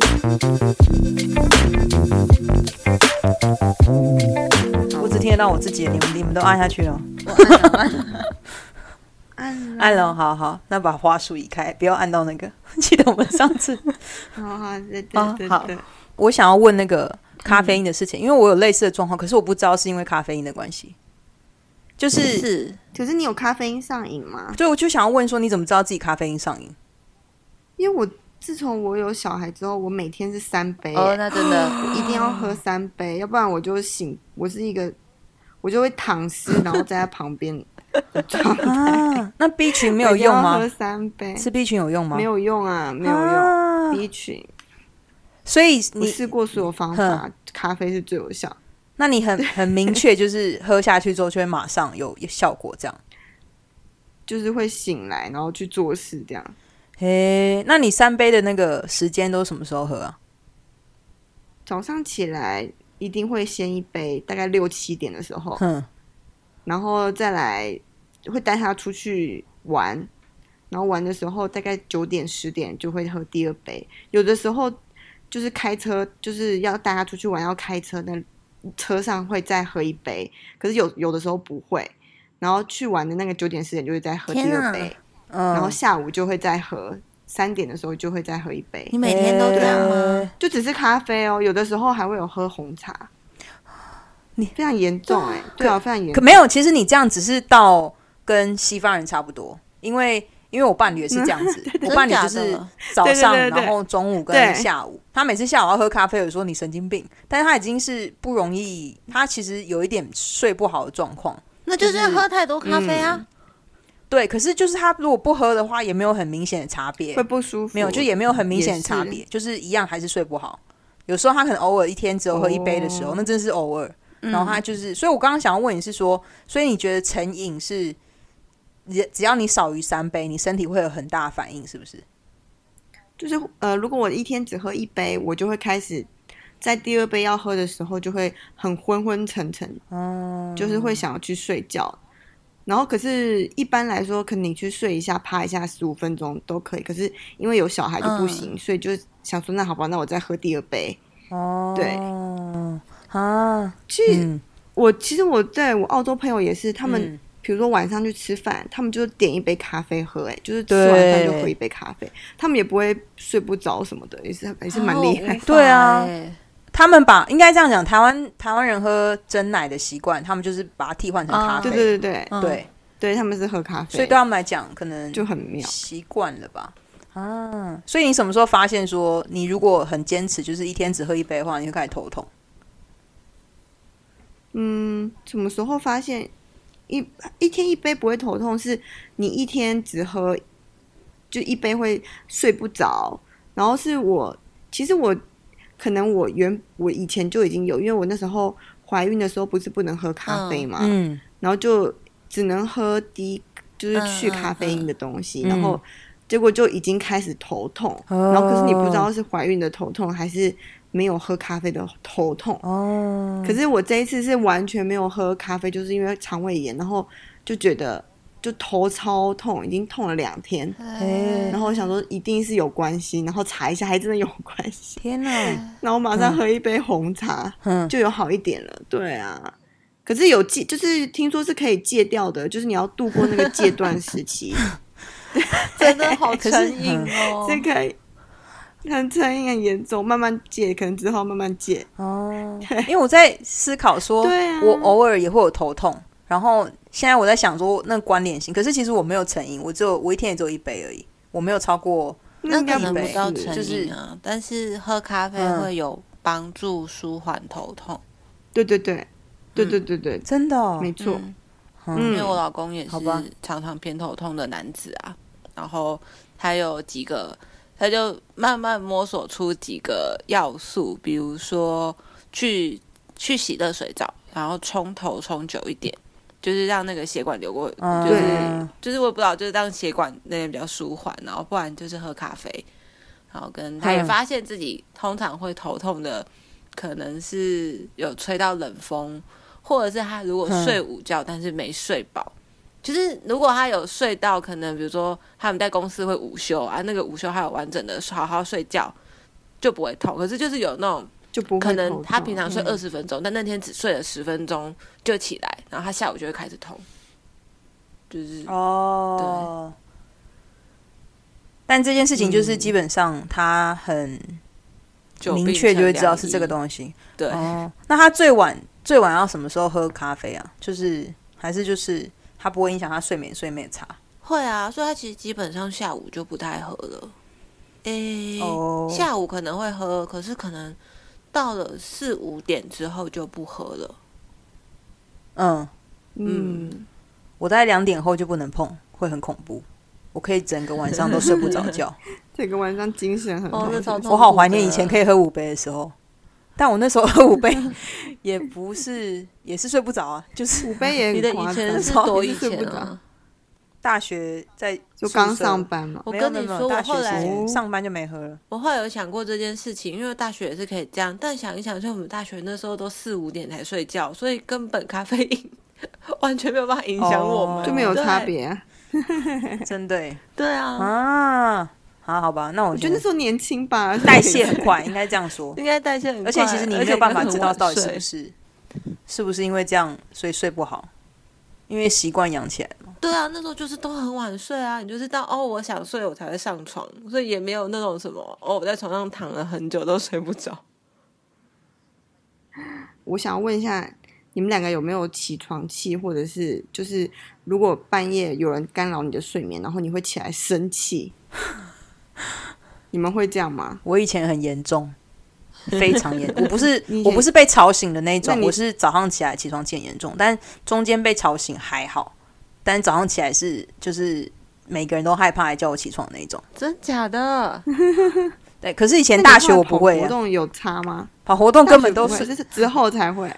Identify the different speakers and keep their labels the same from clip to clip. Speaker 1: 啊我只听得到我自己的，你们你们都 按下去了吗，
Speaker 2: 按
Speaker 1: 按了，好好，那把花束移开，不要按到那个。记得我们上次
Speaker 2: 好好，对
Speaker 1: 哦
Speaker 2: 对对
Speaker 1: 好
Speaker 2: 对，
Speaker 1: 我想要问那个咖啡因的事情，因为我有类似的状况，可是我不知道是因为咖啡因的关系，就是
Speaker 3: 是
Speaker 2: 可是你有咖啡因上瘾吗？
Speaker 1: 对，我就想要问说，你怎么知道自己咖啡因上瘾？
Speaker 2: 因为我自从我有小孩之后，我每天是三杯、
Speaker 3: 哦，
Speaker 2: 欸
Speaker 3: 那真的
Speaker 2: 一定要喝三杯，要不然我就醒，我是一个我就会躺尸，然后在他旁边的状态。
Speaker 1: 啊， 那 B 群 没
Speaker 2: 我
Speaker 1: 有
Speaker 2: 一定要
Speaker 1: 用
Speaker 2: 喝
Speaker 1: 吗？
Speaker 2: 三杯
Speaker 1: 吃 B 群有用吗？
Speaker 2: 没有用啊，没有用。
Speaker 1: 啊
Speaker 2: B 群，
Speaker 1: 所以
Speaker 2: 我
Speaker 1: 你，
Speaker 2: 试过所有方法，咖啡是最有效。
Speaker 1: 那你很很明确，就是喝下去之后就会马上有效果，这样。
Speaker 2: 就是会醒来，然后去做事这样。
Speaker 1: 诶，那你三杯的那个时间都什么时候喝啊？
Speaker 2: 早上起来一定会先一杯，大概六七点的时候，
Speaker 1: 哼，
Speaker 2: 然后再来会带他出去玩，然后玩的时候大概九点十点就会喝第二杯。有的时候就是开车，就是要带他出去玩要开车，那车上会再喝一杯，可是有有的时候不会。然后去玩的那个九点十点就会再喝第
Speaker 3: 天啊
Speaker 2: 二杯，然后
Speaker 1: 嗯，
Speaker 2: 下午就会再喝，三点的时候就会再喝一杯。
Speaker 3: 你每天都这样吗？
Speaker 1: 诶？
Speaker 2: 就只是咖啡哦，有的时候还会有喝红茶。
Speaker 1: 你
Speaker 2: 非常严重哎、对啊，非常严
Speaker 1: 可。没有，其实你这样只是到跟西方人差不多，因为因为我伴侣也是这样 子，我伴侣就
Speaker 3: 真
Speaker 1: 是
Speaker 3: 假的
Speaker 1: 早上，
Speaker 2: 对对对对
Speaker 1: 然后中午跟
Speaker 2: 对
Speaker 1: 下午，他每次下午要喝咖啡，我说你神经病，但是他已经是不容易，他其实有一点睡不好的状况。
Speaker 3: 那就是喝太多咖啡啊。
Speaker 1: 对，可是就是他如果不喝的话，也没有很明显的差别
Speaker 2: 会，不舒服，
Speaker 1: 没有就也没有很明显的
Speaker 2: 也是
Speaker 1: 差别，就是一样还是睡不好。有时候他可能偶尔一天只有喝一杯的时候，
Speaker 2: 哦
Speaker 1: 那真是偶尔。嗯
Speaker 3: 嗯
Speaker 1: 然后
Speaker 2: 嗯
Speaker 1: 他就是，所以我刚刚想要问你是说，所以你觉得成瘾是，只只要你少于三杯，你身体会有很大的反应，是不是？
Speaker 2: 就是呃，如果我一天只喝一杯，我就会开始在第二杯要喝的时候就会很昏昏沉沉，
Speaker 1: 嗯，
Speaker 2: 就是会想要去睡觉。然后可是一般来说，可能你去睡一下、趴一下十五分钟都可以。可是因为有小孩就不
Speaker 1: 嗯
Speaker 2: 行，所以就想说那好吧，那我再喝第二杯。
Speaker 1: 哦，
Speaker 2: 对，
Speaker 1: 啊，
Speaker 2: 其实、
Speaker 1: 嗯
Speaker 2: 我其实我在我澳洲朋友也是，他们、
Speaker 1: 嗯
Speaker 2: 比如说晚上去吃饭，他们就点一杯咖啡喝、哎，就是吃完饭就喝一杯咖啡，他们也不会睡不着什么的，也是也是蛮厉害。
Speaker 3: 哦
Speaker 1: 对啊，
Speaker 3: 无法欸
Speaker 1: 他们把应该这样讲，台湾台湾人喝真奶的习惯，他们就是把它替换成咖
Speaker 3: 哦
Speaker 1: 啡，
Speaker 2: 啊对对对对、
Speaker 3: 嗯
Speaker 1: 对，
Speaker 2: 对，他们是喝咖啡，
Speaker 1: 所以对他们来讲，可能
Speaker 2: 就很妙。
Speaker 1: 习惯了吧？啊，所以你什么时候发现说，你如果很坚持，就是一天只喝一杯的话，你会开始头痛？
Speaker 2: 嗯，什么时候发现一一天一杯不会头痛？是你一天只喝就一杯会睡不着，然后是我其实我可能我原我以前就已经有，因为我那时候怀孕的时候不是不能喝咖啡嘛，
Speaker 1: 嗯，
Speaker 2: 然后就只能喝低就是
Speaker 3: 嗯
Speaker 2: 去
Speaker 3: 嗯
Speaker 2: 咖啡因的东西，
Speaker 1: 嗯
Speaker 2: 然后结果就已经开始头痛，
Speaker 1: 哦
Speaker 2: 然后可是你不知道是怀孕的头痛还是没有喝咖啡的头痛。
Speaker 1: 哦，
Speaker 2: 可是我这一次是完全没有喝咖啡，就是因为肠胃炎，然后就觉得就头超痛，已经痛了两天。
Speaker 1: 哎
Speaker 2: 然后我想说一定是有关系，然后查一下还真的有关系，
Speaker 1: 天 哪，
Speaker 2: 然后马上喝一杯红茶、
Speaker 1: 嗯，
Speaker 2: 就有好一点了。对啊，可是有戒，就是听说是可以戒掉的，就是你要度过那个戒断时 期
Speaker 3: 真的好
Speaker 1: 可是
Speaker 3: 成瘾哦。
Speaker 2: 是可以。很成瘾很严重，慢慢戒，可能之后慢慢戒。
Speaker 1: 哦，因为我在思考说，
Speaker 2: 对啊
Speaker 1: 我偶尔也会有头痛，然后现在我在想说那关联性，可是其实我没有成瘾，我只有我一天也只有一杯而已，我没有超过，
Speaker 3: 那
Speaker 2: 应该
Speaker 3: 可能
Speaker 2: 不
Speaker 3: 不
Speaker 2: 是
Speaker 3: 到成
Speaker 1: 就是
Speaker 3: 瘾啊，但是喝咖啡
Speaker 1: 嗯
Speaker 3: 会有帮助舒缓头痛。
Speaker 2: 对对对，对对对对，
Speaker 1: 真的哦、
Speaker 2: 没错。
Speaker 3: 嗯
Speaker 2: 嗯
Speaker 3: 因为我老公也是
Speaker 1: 好吧
Speaker 3: 常常偏头痛的男子啊，然后他有几个，他就慢慢摸索出几个要素，比如说去去洗热水澡，然后冲头冲久一点，就是让那个血管流过，
Speaker 1: 嗯
Speaker 3: 就是
Speaker 2: 对
Speaker 3: 就是我也不知道，就是让血管那边比较舒缓，然后不然就是喝咖啡，然后跟他也
Speaker 1: 嗯
Speaker 3: 发现自己通常会头痛的，可能
Speaker 2: 嗯
Speaker 3: 是有吹到冷风，或者是他如果睡午觉但是没睡饱，就是如果他有睡到，可能比如说他们在公司会午休啊，那个午休还有完整的好好睡觉，就不会痛。可是就是有那种
Speaker 2: 就不会
Speaker 3: 可能
Speaker 2: 头
Speaker 3: 他
Speaker 2: 痛
Speaker 3: 平常睡
Speaker 1: 嗯
Speaker 3: 二十分钟，但那天只睡了十分钟就起来，然后他下午就会开始痛，就是
Speaker 1: 哦，但这件事情就是基本上他很
Speaker 3: 久
Speaker 1: 明
Speaker 3: 嗯病
Speaker 1: 确就
Speaker 3: 成
Speaker 1: 会知道
Speaker 3: 良
Speaker 1: 是这个
Speaker 3: 医
Speaker 1: 东西。
Speaker 3: 对，
Speaker 1: 哦，那他最晚最晚要什么时候喝咖啡啊？就是还是就是他不会影响他睡眠，所以没差。
Speaker 3: 会啊，所以他其实基本上下午就不太喝了。诶、
Speaker 1: 哦
Speaker 3: 下午可能会喝，可是可能到了四五点之后就不喝了。
Speaker 1: 嗯，
Speaker 2: 嗯，
Speaker 1: 我大概两点后就不能碰，会很恐怖。我可以整个晚上都睡不着 觉。
Speaker 2: 这个晚上精神很
Speaker 3: 哦
Speaker 2: 好
Speaker 3: 那超
Speaker 1: 我好怀念以前 可以喝五杯的时候，但我那时候喝五 杯也不是也是睡不着啊，就是
Speaker 2: 五杯也
Speaker 3: 你的
Speaker 2: 很
Speaker 3: 以
Speaker 2: 夸张，
Speaker 3: 前 是
Speaker 1: 超
Speaker 3: 多
Speaker 2: 也
Speaker 3: 以
Speaker 2: 是睡
Speaker 3: 前
Speaker 2: 不着
Speaker 3: 啊？
Speaker 1: 大学在
Speaker 2: 就刚
Speaker 1: 宿舍
Speaker 2: 上班嘛，
Speaker 3: 我
Speaker 1: 没有
Speaker 3: 跟
Speaker 1: 没有
Speaker 3: 你
Speaker 1: 没有
Speaker 3: 说，我
Speaker 1: 大学
Speaker 3: 后
Speaker 1: 时
Speaker 3: 来哦
Speaker 1: 间上班就没喝 了。
Speaker 3: 我后来有想过这件事情，因为大学也是可以这样，但想一想，像我们大学那时候都四五点才睡觉，所以根本咖啡因 完全没有办法影响我们，
Speaker 1: 哦
Speaker 2: 就没有差别啊。
Speaker 1: 真的耶
Speaker 3: 对。对啊，
Speaker 1: 啊啊，好吧，那我
Speaker 2: 我
Speaker 1: 觉
Speaker 2: 觉得那
Speaker 1: 得
Speaker 2: 时候年轻吧，
Speaker 1: 代谢很 快，应该这样说。
Speaker 3: 应该代谢很快，
Speaker 1: 而且其实你没有办法知道到底
Speaker 3: 而
Speaker 1: 是
Speaker 3: 且
Speaker 1: 不
Speaker 3: 你
Speaker 1: 是，是不是因为这样所以睡不好，因为习惯养起来了嘛。
Speaker 3: 对啊，那时候就是都很晚睡啊，你就是到哦，我想睡我才会上床，所以也没有那种什么哦，我在床上躺了很久都睡不着。
Speaker 2: 我想问一下，你们两个有没有起床气，或者是就是如果半夜有人干扰你的睡眠，然后你会起来生气？你们会这样吗？
Speaker 1: 我以前很严 重，非常严，我不是
Speaker 2: 你以前
Speaker 1: 我不是被吵醒的那一
Speaker 2: 那
Speaker 1: 种，
Speaker 2: 你
Speaker 1: 我是早上起来起床气很严重，但中间被吵醒还好，但早上起来是就是每个人都害怕来叫我起床的那一种。
Speaker 3: 真假的？
Speaker 1: 对，可是以前大学我不
Speaker 2: 那
Speaker 1: 会
Speaker 2: 你后来跑活
Speaker 1: 啊，
Speaker 2: 动有差吗？
Speaker 1: 跑活动根本都
Speaker 2: 大
Speaker 1: 是
Speaker 2: 学不
Speaker 1: 啊
Speaker 2: 会就是之后才会，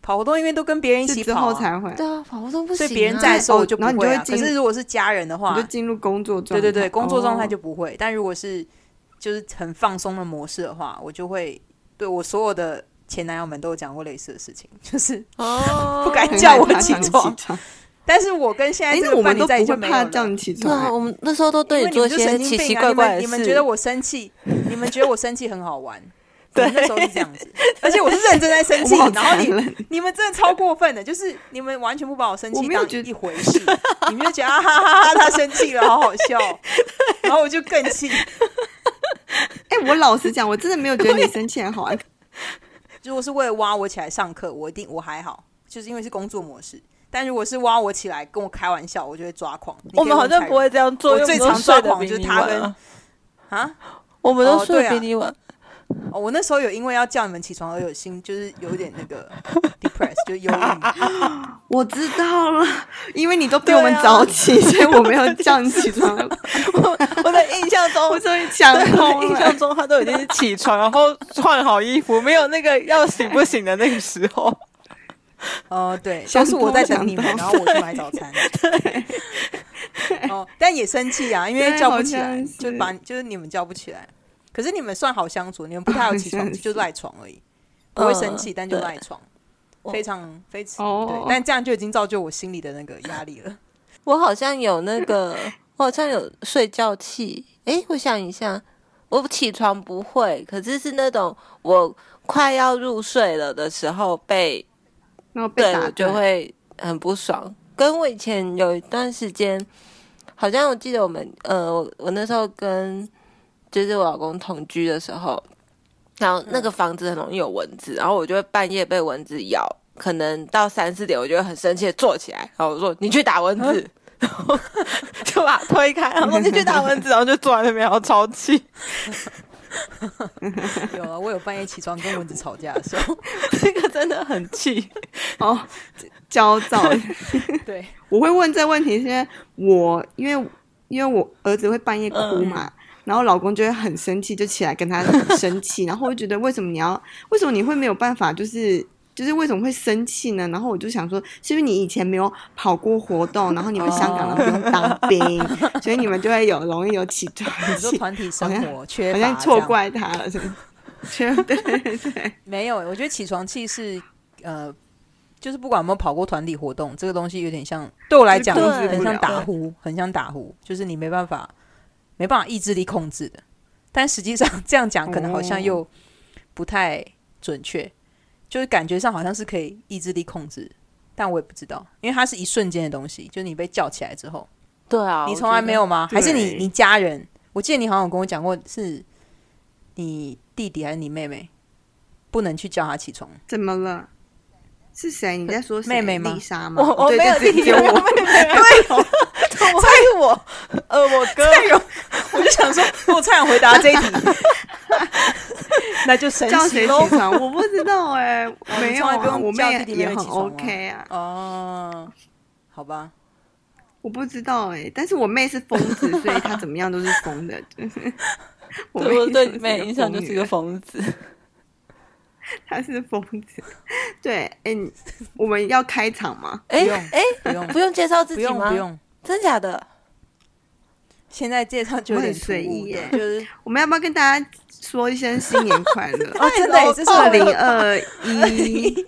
Speaker 1: 跑活动，因为都跟别人一
Speaker 2: 是
Speaker 1: 起
Speaker 2: 之
Speaker 1: 跑
Speaker 2: 后
Speaker 1: 啊，
Speaker 2: 才会，
Speaker 3: 对啊，跑活动不行、
Speaker 1: 所
Speaker 3: 啊，
Speaker 1: 以别人在的时候我就不
Speaker 2: 然后你
Speaker 1: 会啊。
Speaker 2: 就会
Speaker 1: 可
Speaker 2: 进
Speaker 1: 是如果是家人的话
Speaker 2: 你就，进入工作状
Speaker 1: 对
Speaker 2: 态。
Speaker 1: 啊对对，工作状态
Speaker 2: 哦
Speaker 1: 就不会。但如果是就是很放松的模式的话，我就会对我所有的前男友们都有讲过类似的事情， 就是
Speaker 3: 哦，
Speaker 1: 不敢
Speaker 2: 很
Speaker 1: 叫
Speaker 2: 害
Speaker 1: 我
Speaker 2: 怕
Speaker 1: 起
Speaker 2: 让你
Speaker 1: 床。但是我跟现在
Speaker 2: 哎，
Speaker 1: 这
Speaker 2: 那
Speaker 1: 个
Speaker 2: 我
Speaker 1: 伴
Speaker 2: 们
Speaker 1: 侣
Speaker 2: 都
Speaker 1: 在一
Speaker 2: 不
Speaker 1: 起就
Speaker 2: 会
Speaker 1: 没有
Speaker 2: 怕叫
Speaker 1: 了。
Speaker 2: 你起
Speaker 3: 对
Speaker 2: 床
Speaker 3: 啊，
Speaker 2: 欸。
Speaker 3: 我们那时候都对
Speaker 1: 因为
Speaker 3: 做
Speaker 1: 们
Speaker 3: 一
Speaker 1: 就
Speaker 3: 些
Speaker 1: 神经
Speaker 3: 奇
Speaker 1: 病
Speaker 3: 奇
Speaker 1: 啊
Speaker 3: 怪怪的
Speaker 1: 你
Speaker 3: 事。
Speaker 1: 们，你们觉得我生 气，你们觉得我生气很好玩，对，那时候是这样子，而且我是认真在生
Speaker 2: 我
Speaker 1: 气
Speaker 2: 们好，
Speaker 1: 然后
Speaker 2: 残
Speaker 1: 你
Speaker 2: 忍，
Speaker 1: 你们真的超过分的，就是你们完全不把我生
Speaker 2: 我
Speaker 1: 气
Speaker 2: 没有
Speaker 1: 当
Speaker 2: 觉得
Speaker 1: 一回事，你们就觉得啊哈哈哈，他生气了，好好 笑哦，然后我就更气，
Speaker 2: 哎，我老实讲，我真的没有觉得你生气很好啊玩，
Speaker 1: 如果是为了挖我起来上课，我一定我还好，就是因为是工作模式。但如果是挖我起来跟我开玩笑，我就会抓狂。你可以
Speaker 3: 我们好
Speaker 1: 问
Speaker 3: 像
Speaker 1: 蔡
Speaker 3: 不会
Speaker 1: 荣
Speaker 3: 这样做，
Speaker 1: 我
Speaker 3: 因为
Speaker 1: 最
Speaker 3: 们都
Speaker 1: 常抓
Speaker 3: 睡得
Speaker 1: 狂
Speaker 3: 比
Speaker 1: 就是
Speaker 3: 你
Speaker 1: 他
Speaker 3: 晚
Speaker 1: 跟
Speaker 3: 啊
Speaker 1: 啊、
Speaker 3: 我们
Speaker 1: 哦对
Speaker 3: 都睡
Speaker 1: 啊
Speaker 3: 比你晚。
Speaker 1: 哦我那时候有因为要叫你们起床而有心，就是有点那个 depressed，就忧郁。
Speaker 2: 我知道 了，因为你都比我们
Speaker 3: 对啊
Speaker 2: 早起，所以我没有叫你起床。
Speaker 3: 我的印象中，
Speaker 2: 我终于想
Speaker 3: 我
Speaker 2: 通
Speaker 3: 印
Speaker 2: 了
Speaker 3: 象，中他都已经是起床，然后换好衣服，没有那个要醒不醒的那个时候。
Speaker 1: 哦，对，
Speaker 2: 想
Speaker 1: 都是我在
Speaker 2: 通
Speaker 1: 等你们，
Speaker 2: 想
Speaker 1: 然
Speaker 2: 通
Speaker 1: 后我去买早餐。哦，但也生气啊，因为
Speaker 2: 对
Speaker 1: 叫不起来
Speaker 2: 好，像
Speaker 1: 就是把就是你们叫不起来。可是你们算好相处，你们不太有起
Speaker 2: 好
Speaker 1: 床，
Speaker 2: 哦像是
Speaker 1: 就赖床而已，不会生气，
Speaker 3: 嗯
Speaker 1: 但就
Speaker 3: 对
Speaker 1: 赖床，
Speaker 3: 我
Speaker 1: 非常非常
Speaker 2: 哦
Speaker 1: 对。但这样就已经造就我心里的那个压力了。
Speaker 3: 我好像有那个， 我好像有睡觉气。诶，我想一下，我起床不会，可是是那种我快要入睡了的时候被，
Speaker 2: 然后被
Speaker 3: 对
Speaker 2: 打
Speaker 3: 我就
Speaker 2: 断
Speaker 3: 会很不爽。跟我以前有一段时间，好像我记得我们，呃，我我那时候跟就是我老公同居的时候，然后那个房子很容易有蚊子，然后我就会半夜被蚊子咬，可能到三四点，我就会很生气的坐起来，然后我说你去打蚊子， 然后就把它推开，然后说你去打蚊子，然后就坐在那边，然后超气。
Speaker 1: 有啊，我有半夜起床跟蚊子吵架的时 候，
Speaker 3: 这个真的很气，
Speaker 2: 哦，焦躁。
Speaker 1: 对，
Speaker 2: 我会问这问题，是因为我因为因为我儿子会半夜哭嘛，
Speaker 3: 嗯
Speaker 2: 然后老公就会很生气，就起来跟他生气， 然后我就觉得为什么你要，为什么你会没有办法，就是。就是为什么会生气呢？然后我就想说，是因为你以前没有跑过活动，然后你们香港人不用当兵， 所以你们就会有容易有起床
Speaker 1: 你说
Speaker 2: 气，
Speaker 1: 团体生活缺
Speaker 2: 好
Speaker 1: 乏这样，
Speaker 2: 像错怪他了，是不是？对对对，
Speaker 1: 没有欸，我觉得起床气是呃，就是不管有没有跑过团体活动，这个东西有点像对我来讲，
Speaker 2: 就是
Speaker 3: 控制
Speaker 1: 很
Speaker 3: 不
Speaker 1: 像
Speaker 2: 了
Speaker 1: 打呼，很像打呼，就是你没办法没办法意志力控制的。但实际上 这样讲，可能好像又不太准确，就是感觉上好像是可以意志力控制，但我也不知道，因为它是一瞬间的东西，就是你被叫起来之后，
Speaker 3: 对啊，
Speaker 1: 你
Speaker 3: 我
Speaker 1: 从来
Speaker 3: 觉
Speaker 1: 没
Speaker 3: 得
Speaker 1: 有吗？还是你
Speaker 2: 对
Speaker 1: 你家人？我记得你好像有跟我讲过，是你弟弟还是你妹妹不能去叫他起床？
Speaker 2: 怎么了？ 是谁？你在说谁
Speaker 1: 妹妹吗
Speaker 2: 丽莎吗？
Speaker 3: 我我
Speaker 2: 对
Speaker 3: 没有
Speaker 2: 对
Speaker 3: 弟
Speaker 2: 对只
Speaker 3: 弟，
Speaker 2: 有
Speaker 3: 我没 有
Speaker 2: 我。
Speaker 3: 对，我还是我，呃，我哥
Speaker 1: 我就想说，我差点回答 这一题，那就神
Speaker 2: 叫
Speaker 1: 奇
Speaker 2: 谁
Speaker 1: 喽
Speaker 2: 起。床？我不知道 哎、没有、
Speaker 1: 从来不
Speaker 2: 啊，
Speaker 1: 用
Speaker 2: 我
Speaker 1: 叫
Speaker 2: 妹
Speaker 1: 弟弟妹
Speaker 2: 也
Speaker 1: 妹
Speaker 2: 很
Speaker 1: 起床吗
Speaker 2: OK 啊，
Speaker 1: 哦，好吧，
Speaker 2: 我不知道哎、但是我妹是疯子，所以她怎么样都是疯 的。 就是我
Speaker 3: 对我对
Speaker 2: 是
Speaker 3: 你妹的印象就
Speaker 2: 疯
Speaker 3: 是
Speaker 2: 女
Speaker 3: 个
Speaker 2: 人
Speaker 3: 疯子。
Speaker 2: 她是疯子。对，哎、你我们要开场吗？
Speaker 3: 哎
Speaker 1: 不用
Speaker 3: 哎，
Speaker 1: 不用，
Speaker 3: 不用介绍自
Speaker 1: 不
Speaker 3: 己
Speaker 1: 用，
Speaker 3: 吗？
Speaker 1: 不，用。
Speaker 3: 真假的？
Speaker 1: 现在介绍就有
Speaker 2: 我很
Speaker 1: 点突
Speaker 2: 随
Speaker 1: 兀
Speaker 2: 意
Speaker 1: 的
Speaker 2: 耶
Speaker 1: 就是
Speaker 2: 我们要不要跟大家说一声新年快乐？
Speaker 1: 哦，真的耶，这是
Speaker 2: 二
Speaker 1: 二
Speaker 2: 零
Speaker 1: 零
Speaker 2: 二一，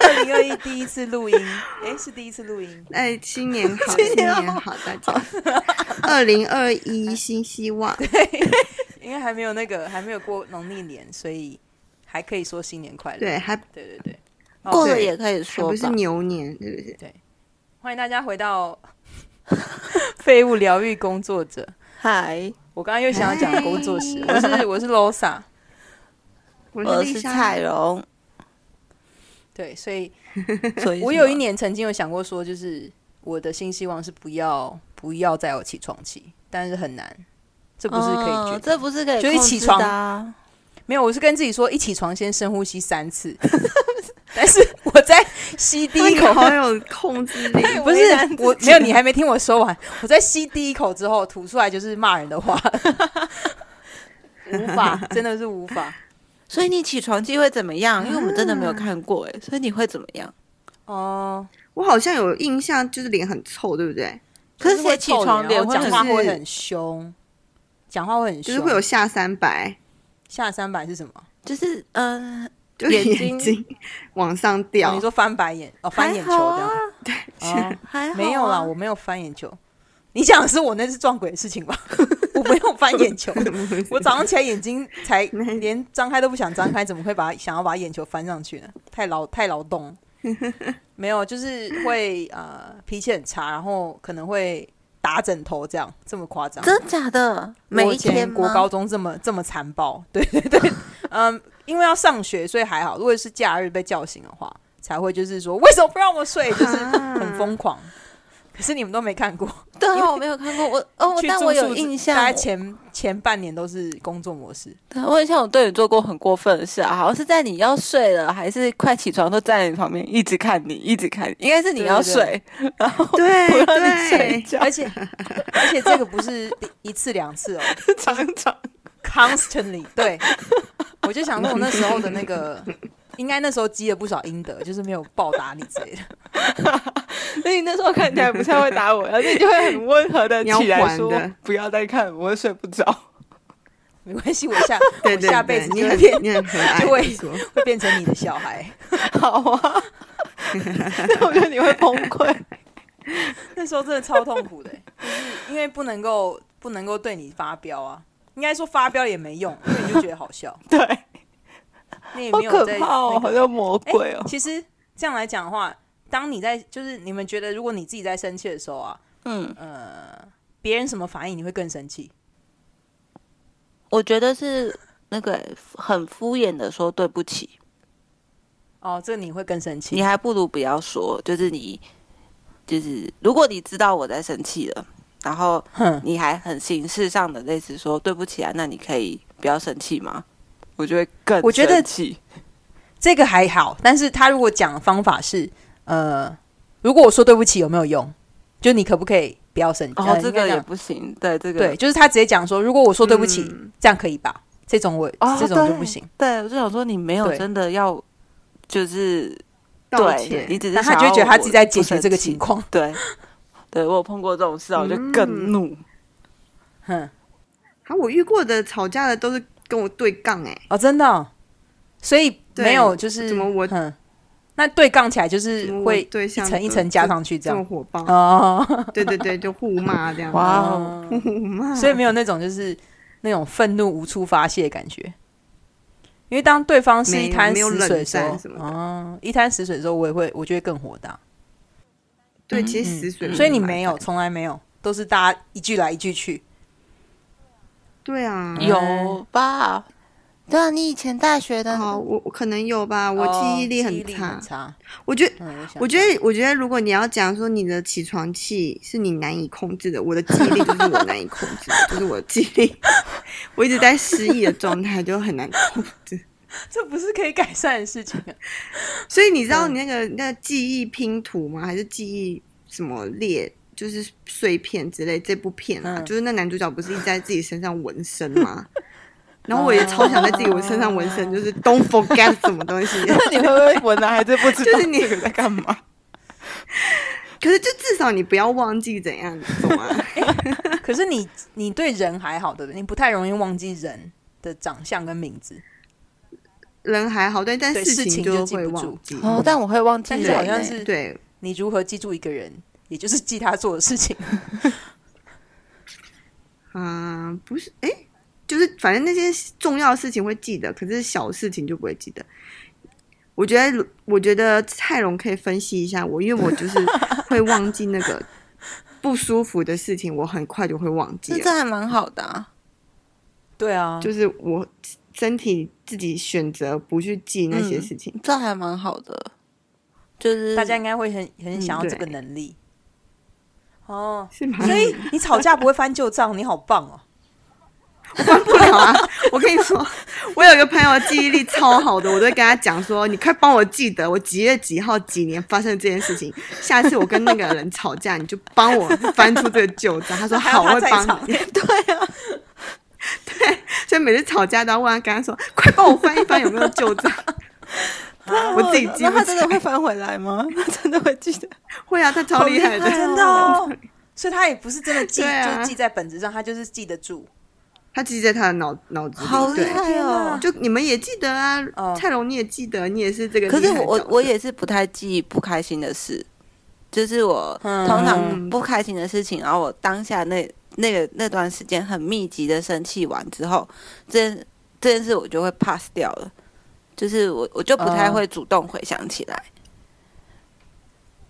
Speaker 1: 二零二一第一次录音，哎，是第一次录音，
Speaker 2: 哎，新年好，
Speaker 1: 新
Speaker 2: 新
Speaker 1: 年好
Speaker 2: 年好，大家。二零二一新希望，
Speaker 1: 因为还没有那个还没有过农历年，所以还可以说新年快乐。
Speaker 2: 对，还还
Speaker 1: 对对对，哦
Speaker 3: 过了
Speaker 2: 对
Speaker 3: 也可以说
Speaker 2: 不是
Speaker 3: 吧。
Speaker 2: 牛年，是不是？
Speaker 1: 欢迎大家回到 废物疗愈工作者。
Speaker 3: 嗨，
Speaker 1: 我刚刚又想要讲工作室，
Speaker 3: 哎
Speaker 1: 我是我是 Losa，
Speaker 2: 我
Speaker 3: 我
Speaker 2: 是
Speaker 3: 是
Speaker 2: 丽
Speaker 3: 蔡
Speaker 2: 莎，
Speaker 3: 荣，
Speaker 1: 对，所以
Speaker 3: 所以
Speaker 1: 我
Speaker 3: 什
Speaker 1: 有
Speaker 3: 么
Speaker 1: 一年曾经有想过说，就是我的新希望是不要不要再有起床气，但是很难，这不是可以决
Speaker 3: 嗯这不是可以
Speaker 1: 就是
Speaker 3: 控
Speaker 1: 起
Speaker 3: 制
Speaker 1: 床
Speaker 3: 的啊
Speaker 1: 没有，我是跟自己说，一起床先深呼吸三 次，但是我在吸第
Speaker 2: 那
Speaker 1: 一
Speaker 2: 你
Speaker 1: 口，
Speaker 2: 好有控制 力，
Speaker 1: 不是我没有，你还没听我说完，我在吸第一口之后吐出来就是骂人的话， 无法，真的是无法。
Speaker 3: 所以你起床气会怎么样？因为我
Speaker 1: 啊
Speaker 3: 们真的没有看过哎，所以你会怎么样？
Speaker 1: 哦、
Speaker 2: 我好像有印象，就是脸很臭，对不对？
Speaker 3: 可
Speaker 1: 就是是会
Speaker 3: 谁起
Speaker 1: 臭
Speaker 3: 床
Speaker 1: 脸
Speaker 3: 脸
Speaker 1: 然后
Speaker 3: 会
Speaker 1: 讲话
Speaker 3: 很
Speaker 1: 会
Speaker 2: 是
Speaker 1: 很凶，讲话会很
Speaker 2: 就
Speaker 1: 凶，
Speaker 2: 是会有下三白，
Speaker 1: 下三白是什么？
Speaker 3: 就是嗯，
Speaker 2: 就是
Speaker 3: 眼睛
Speaker 2: 眼睛往上
Speaker 1: 哦
Speaker 2: 掉
Speaker 1: 你。 说翻白眼哦，翻眼球这样。
Speaker 3: 还好啊
Speaker 1: 哦，
Speaker 3: 还好啊
Speaker 1: 没有啦，我没有翻眼球。你讲的是我那次撞鬼的事情吧？ 我没有翻眼球， 我早上起来眼睛 才连张开都不想张开，怎么会把想要把眼球翻上去呢？太劳太劳动 了。没有，就是会呃脾气很差，然后可能会打枕头这样，这么夸张。
Speaker 3: 真假的，每
Speaker 1: 我
Speaker 3: 一
Speaker 1: 以前
Speaker 3: 天
Speaker 1: 国
Speaker 3: 吗
Speaker 1: 高中这么这么残暴， 对对对，嗯，因为要上学，所以还好。如果是假日被叫醒的话，才会就是说为什么不让我睡，就是很疯 狂。
Speaker 3: 啊
Speaker 1: 可是你们都没看过，
Speaker 3: 对啊，我没有看过，我哦，
Speaker 1: 去
Speaker 3: 但
Speaker 1: 住
Speaker 3: 我
Speaker 1: 宿
Speaker 3: 有
Speaker 1: 只
Speaker 3: 印象，
Speaker 1: 大概前前半年都是工作模式，
Speaker 3: 对我印象我对你做过很过分的事啊，好像是在你要睡了，还是快起床都站在你旁边一直看你，一直看你，应该是你要
Speaker 1: 对
Speaker 3: 睡，然后不
Speaker 2: 对
Speaker 3: 让你睡
Speaker 2: 对，
Speaker 3: 觉，
Speaker 1: 而且而且这个不是一一次两次哦，
Speaker 3: 常常
Speaker 1: constantly 对，我就想说，我那时候的那个，应该那时候积了不少阴德，就是没有报答你之类的。
Speaker 3: 所以那时候看起来不太会打我，而且你就会很温和的
Speaker 2: 你要
Speaker 3: 起来
Speaker 2: 还
Speaker 3: 说
Speaker 2: 的
Speaker 3: 不要再看，我会睡不着。
Speaker 1: 没关系，我 下
Speaker 2: 对
Speaker 1: 我
Speaker 2: 对
Speaker 1: 下
Speaker 2: 对，
Speaker 1: 辈子
Speaker 2: 你
Speaker 1: 就会
Speaker 2: 很
Speaker 1: 变
Speaker 2: 你很可爱，
Speaker 1: 就
Speaker 2: 我
Speaker 1: 会
Speaker 2: 说
Speaker 1: 会变成你的小孩。
Speaker 3: 好啊，但我觉得你会崩溃。
Speaker 1: 那时候真的超痛苦的、就是因为不能够不能够对你发飙啊，应该说发飙也没用，因为你就觉得好笑，
Speaker 3: 对，
Speaker 1: 你也
Speaker 3: 好
Speaker 1: 没有
Speaker 3: 可
Speaker 1: 在、那
Speaker 3: 怕哦，
Speaker 1: 个
Speaker 3: 好像魔
Speaker 1: 哎
Speaker 3: 鬼哦。
Speaker 1: 其实这样来讲的话，当你在就是你们觉得，如果你自己在生气的时候啊，
Speaker 3: 嗯，
Speaker 1: 呃，别人什么反应你会更生气？
Speaker 3: 我觉得是那个很敷衍的说对不起，
Speaker 1: 哦，这你会更生
Speaker 3: 你
Speaker 1: 气。
Speaker 3: 还不如不要说，就是你，就是如果你知道我在生气了，然后
Speaker 1: 哼，
Speaker 3: 你还很形式上的类似说对不起啊，那你可以不要生气吗？我就会更
Speaker 1: 我觉得
Speaker 3: 生气，
Speaker 1: 这个还好，但是他如果讲的方法是，呃，如果我说对不起有没有用？就你可不可以不要生气？
Speaker 3: 哦
Speaker 1: 呃，
Speaker 3: 这
Speaker 1: 应该
Speaker 3: 个也
Speaker 1: 讲
Speaker 3: 不行，对这个
Speaker 1: 对，就是他直接讲说，如果我说对不起，
Speaker 2: 嗯
Speaker 1: 这样可以吧？这种我、
Speaker 3: 哦
Speaker 1: 这种就
Speaker 3: 对
Speaker 1: 不行。
Speaker 3: 对，我就想说你没有
Speaker 1: 对
Speaker 3: 真的要，就是
Speaker 2: 道
Speaker 3: 对
Speaker 2: 歉
Speaker 3: 你，只是
Speaker 1: 但他
Speaker 3: 想
Speaker 1: 就会
Speaker 3: 要
Speaker 1: 觉得他
Speaker 3: 我
Speaker 1: 自己在
Speaker 3: 不
Speaker 1: 解决
Speaker 3: 生
Speaker 1: 这个
Speaker 3: 气
Speaker 1: 情，况。
Speaker 3: 对，对我有碰过这种事啊，我就更
Speaker 2: 嗯
Speaker 3: 怒，
Speaker 1: 哼，
Speaker 2: 啊，我遇过的吵架的都是跟我对杠哎、
Speaker 1: 哦，真的哦、所以
Speaker 2: 对
Speaker 1: 没有就是
Speaker 2: 怎么我
Speaker 1: 哼那对杠起来就是
Speaker 2: 嗯我
Speaker 1: 会
Speaker 2: 对
Speaker 1: 一
Speaker 2: 象
Speaker 1: 层一
Speaker 2: 的
Speaker 1: 层加
Speaker 2: 这
Speaker 1: 上去这
Speaker 2: 这么
Speaker 1: 样
Speaker 2: 火爆，
Speaker 1: 哦，
Speaker 2: 对对对，就互 骂这样。
Speaker 3: 哇
Speaker 1: 哦，所以没有那种就是那种愤怒无处发泄的感觉。因为当对方是一滩
Speaker 2: 没有
Speaker 1: 死
Speaker 2: 没有
Speaker 1: 水的时
Speaker 2: 冷
Speaker 1: 候
Speaker 2: 战什，么的
Speaker 1: 哦，一滩死水的时候，我也会，我就会更火大。
Speaker 2: 对，其实死水
Speaker 1: 嗯所以你
Speaker 2: 蛮
Speaker 1: 没有，
Speaker 2: 烦的
Speaker 1: 从来没有，都是大家一句来一句去。
Speaker 2: 对啊，
Speaker 1: 嗯
Speaker 3: 有吧？嗯对啊，你以前大学的
Speaker 2: 好，我我可能有吧，我
Speaker 1: 哦
Speaker 2: 记忆力
Speaker 1: 记
Speaker 2: 很
Speaker 1: 忆力
Speaker 2: 差。
Speaker 1: 很差。
Speaker 2: 我觉得，
Speaker 1: 嗯，我想
Speaker 2: 我觉得，我觉得，如果你要讲说你的起床气是你难以控制的，我的记忆力就是我难以控制的，就是我的记忆力， 我一直在失忆的状态，就很难控制。
Speaker 1: 这不是可以改善的事情啊。
Speaker 2: 所以你知道你那个那个记忆拼图吗？还是记忆什么列？就是碎片之类，这部片啊，
Speaker 1: 嗯
Speaker 2: 就是那男主角不是一直在自己身上纹身 吗？然后我也超想在自己身上纹
Speaker 1: 嗯
Speaker 2: 身，就是 Don't forget 什么东西。
Speaker 3: 你会不会闻了还是不知道？
Speaker 2: 就是你
Speaker 3: 这个在干嘛？
Speaker 2: 可是就至少你不要忘记怎样，啊你懂吗？
Speaker 1: 可是你你对人还好，对不对？你不太容易忘记人的长相跟名字，
Speaker 2: 人还好，但但
Speaker 1: 对
Speaker 2: 事
Speaker 1: 事情就
Speaker 2: 就
Speaker 1: 记
Speaker 2: 会
Speaker 1: 不
Speaker 2: 忘
Speaker 1: 住
Speaker 2: 记。
Speaker 3: 哦，但我会忘记
Speaker 1: 但
Speaker 3: 人欸，
Speaker 1: 是好像是
Speaker 2: 对，
Speaker 1: 你如何记住一个人，也就是记他做的事情。
Speaker 2: 啊、不是，哎、就是反正那些重要的事情会记得，可是小事情就不会记得。我觉得，我觉得蔡荣可以分析一下我，因为我就是 会忘记那个不舒服的事情，我很快就会忘记
Speaker 3: 这这
Speaker 2: 了。
Speaker 3: 还蛮好的啊。
Speaker 1: 对啊，
Speaker 2: 就是我身体自己选择不去记那
Speaker 1: 嗯
Speaker 2: 些事情，
Speaker 3: 这还蛮好的，就是
Speaker 1: 大家应该会很很想要
Speaker 2: 对
Speaker 1: 这个能力。哦，
Speaker 2: 是吗？
Speaker 1: 所以你吵架不会翻旧账，你好棒 哦！
Speaker 2: 不了啊！我跟你说，我有一个朋友记忆力超好的，我都会跟他讲说，你快帮我记得我几月几号几年发生这件事情。下次我跟那个人吵架，你就帮我翻出这个旧账。 他说
Speaker 1: 还有
Speaker 2: 好，我
Speaker 1: 他
Speaker 2: 会
Speaker 1: 在
Speaker 2: 帮
Speaker 1: 场
Speaker 2: 你。对啊，对，所以每次吵架都要问他，跟他说，快帮我翻一翻有没有旧账。我自己记
Speaker 3: 那
Speaker 2: 不
Speaker 3: 他
Speaker 2: 起
Speaker 3: 真的会翻回来吗？ 他真的会记得？
Speaker 2: 会啊，他超厉害
Speaker 3: 好厉
Speaker 2: 的，
Speaker 3: 害
Speaker 1: 真的 哦，所以他也不是真的记，
Speaker 2: 对啊
Speaker 1: 就是记在本子上，他就是记得住。
Speaker 2: 他记在他的脑脑子
Speaker 3: 好
Speaker 2: 里。
Speaker 3: 厉
Speaker 2: 对，
Speaker 3: 害哦！
Speaker 2: 就你们也记得啊，
Speaker 1: 哦
Speaker 2: 蔡荣你也记得，你也是这个厉害
Speaker 3: 可
Speaker 2: 的
Speaker 3: 是
Speaker 2: 角色。
Speaker 3: 我我我也是不太记不开心的事，就是我
Speaker 1: 嗯
Speaker 3: 通常不开心的事情，然后我当下那那个那段时间很密集的生气完之后，这件这件事我就会 pass 掉了，就是我我就不
Speaker 2: 嗯
Speaker 3: 太
Speaker 1: 哦
Speaker 3: 会主动回想起来。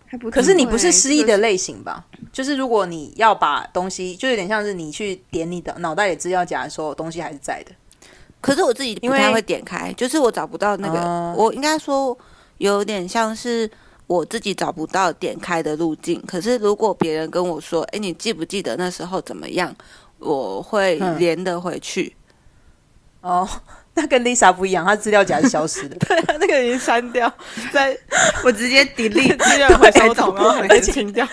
Speaker 2: 还不错
Speaker 1: 可是你不是
Speaker 2: 欸
Speaker 1: 失
Speaker 2: 这
Speaker 1: 忆
Speaker 2: 个
Speaker 1: 的类型吧？就是如果你要把东西，就有点像是你去点你的脑袋里资料夹的时候，东西还是在的。
Speaker 3: 可是我自己
Speaker 1: 因
Speaker 3: 不
Speaker 1: 为
Speaker 3: 太会点开，就是我找不到那个，
Speaker 1: 哦
Speaker 3: 我应该说有点像是我自己找不到点开的路径。可是如果别人跟我说：“哎，你记不记得那时候怎么样？”我会
Speaker 1: 嗯
Speaker 3: 连得回去。
Speaker 1: 哦， 那跟 Lisa 不一样，她资料夹是消失的。
Speaker 3: 对啊，那个已经删掉，在
Speaker 2: 我直接 delete 哎
Speaker 3: 资
Speaker 1: 啊
Speaker 3: 料
Speaker 2: 回 收桶 然后还是
Speaker 3: 清掉。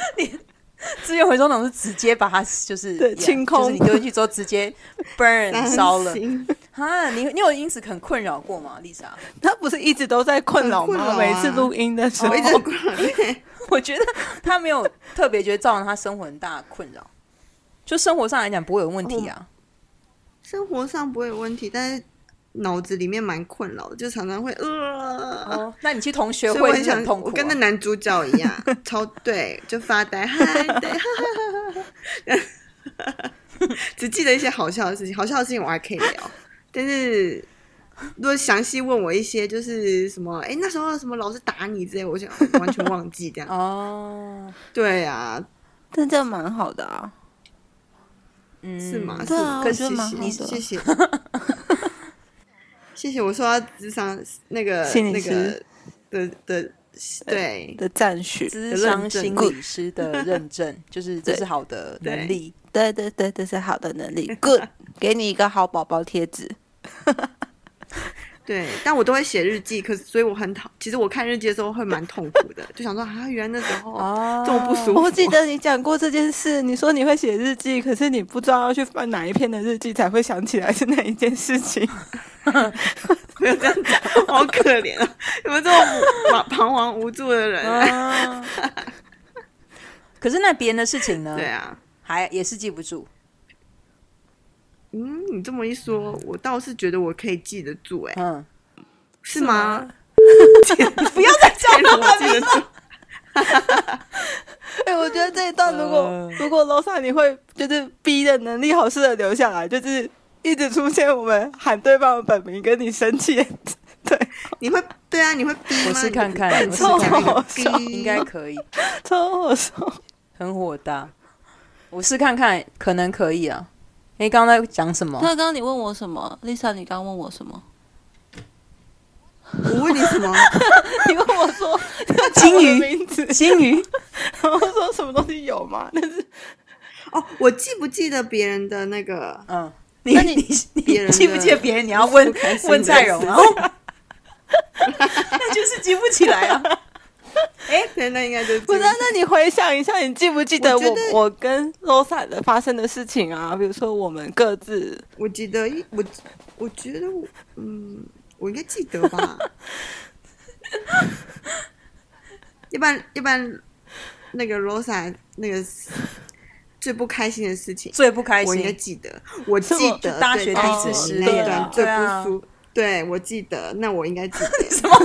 Speaker 1: 资源回收桶是直接把它就是
Speaker 3: 对
Speaker 1: yeah，
Speaker 3: 清空
Speaker 1: 就是你丢进去之后直 接 burn 烧了
Speaker 2: 三星
Speaker 1: 啊！你你有因此很困扰过吗，Lisa？
Speaker 3: 他不是一直都在困
Speaker 2: 扰吗每次录
Speaker 3: 音的时
Speaker 2: 我一直过来
Speaker 1: 哦我觉得他没有特别觉得造成他生活很大的困扰，就生活上来讲不会有问题啊。
Speaker 2: 生活上不会有问题，但是脑子里面蛮困扰的，就常常会呃。
Speaker 1: 哦，那你去同学
Speaker 2: 所以我
Speaker 1: 会
Speaker 2: 很
Speaker 1: 是
Speaker 2: 想
Speaker 1: 很，痛苦、
Speaker 2: 我
Speaker 1: 啊。
Speaker 2: 跟那男主角一 样，超对，就发呆，嗨，对，哈哈哈哈哈， 只记得一些好笑的事情，好笑的事情我还可以聊，但是如果详细问我一些就是什么，哎、那时候什么老师打你之类，我想完全忘记这样。
Speaker 1: 哦，
Speaker 2: 对啊，
Speaker 3: 那这样蛮好的啊。
Speaker 1: 嗯，
Speaker 2: 是吗？
Speaker 3: 对啊
Speaker 2: 是
Speaker 3: 我
Speaker 2: 可
Speaker 3: 觉得
Speaker 2: 谢
Speaker 3: 蛮
Speaker 2: 谢
Speaker 3: 好
Speaker 2: 你
Speaker 3: 的
Speaker 2: 谢 谢，谢谢。我说到智商那个
Speaker 3: 心理
Speaker 2: 那
Speaker 3: 师
Speaker 2: 个的的对
Speaker 3: 的赞许，
Speaker 1: 智商心
Speaker 3: 认
Speaker 1: 理师的认证， 就是这
Speaker 3: 对
Speaker 1: 是好的
Speaker 2: 对
Speaker 1: 能力。
Speaker 3: 对对对，这是好的能力。Good，给 你一个好宝宝贴纸。
Speaker 2: 对，但我都会写日记，可是所以我很讨，其实我看日记的时候会蛮痛苦的，就想说啊，原来那时候
Speaker 1: 哦
Speaker 2: 这么不舒服。
Speaker 3: 我记得你讲过这件事，你说你会写日记，可是你不知道要去翻哪一篇的日记才会想起来是哪一件事情。
Speaker 2: 没有这样讲，好可怜啊！有没有这种茫彷徨无助的
Speaker 3: 嗯
Speaker 2: 人？
Speaker 1: 啊可是那别人的事情呢？
Speaker 2: 对啊，
Speaker 1: 还也是记不住。
Speaker 2: 嗯，你这么一说，我
Speaker 3: 哦
Speaker 2: 倒是觉得我可以记得住、哎，
Speaker 1: 嗯，
Speaker 2: 是吗？
Speaker 1: 不要再讲
Speaker 2: 开逻辑的时候，
Speaker 4: 哎、我觉得这一段如果、如果楼上你会就是逼的能力好事的留下来，就是一直出现我们喊对方的本名跟你生气， 对，
Speaker 2: 你会对啊，你会逼吗？
Speaker 1: 我试看看
Speaker 2: 你
Speaker 1: 我
Speaker 4: 试看看
Speaker 2: 会 逼
Speaker 1: 应该可以，
Speaker 4: 超好笑。
Speaker 1: 很火大。我试看看，可能可以啊。你刚刚在讲什么
Speaker 3: 那？刚刚你问我什么？Lisa，你刚刚问我什么？
Speaker 2: 我问你什么？
Speaker 3: 你问我说，
Speaker 1: 金
Speaker 4: 我的
Speaker 1: 鱼，
Speaker 4: 名字，
Speaker 1: 金鱼，
Speaker 4: 然后说什么东西有吗？ 那
Speaker 2: 哦，我记不记得别人的那个？
Speaker 1: 嗯，你
Speaker 3: 那你
Speaker 1: 你
Speaker 2: 别人
Speaker 1: 你
Speaker 2: 的
Speaker 1: 记不记得别人？你要问
Speaker 2: 开心的
Speaker 1: 问蔡 荣，
Speaker 2: 事
Speaker 1: 然后那就是记不起来啊。
Speaker 2: 哎，对，那应该就是
Speaker 4: 不是啊？那你回想一下，你记不记得
Speaker 2: 我觉
Speaker 4: 我
Speaker 2: 得
Speaker 4: 我跟 Rosa 的发生的事情啊？比如说我们各自
Speaker 2: 我记得一我我觉得我嗯，我应该记得吧。 一般一般，那个 Rosa 那个最不开心的事情，
Speaker 1: 最不开
Speaker 2: 我应该
Speaker 1: 心，
Speaker 2: 记得，我记
Speaker 4: 是我
Speaker 2: 得
Speaker 1: 大
Speaker 2: 对
Speaker 1: 学
Speaker 2: 对
Speaker 1: 第
Speaker 3: 一次
Speaker 2: 对
Speaker 1: 失
Speaker 2: 那
Speaker 1: 恋
Speaker 2: 一段
Speaker 1: 啊
Speaker 2: 最
Speaker 1: 对啊
Speaker 2: 不舒服。对，我记得，那我应该记得
Speaker 1: 什么？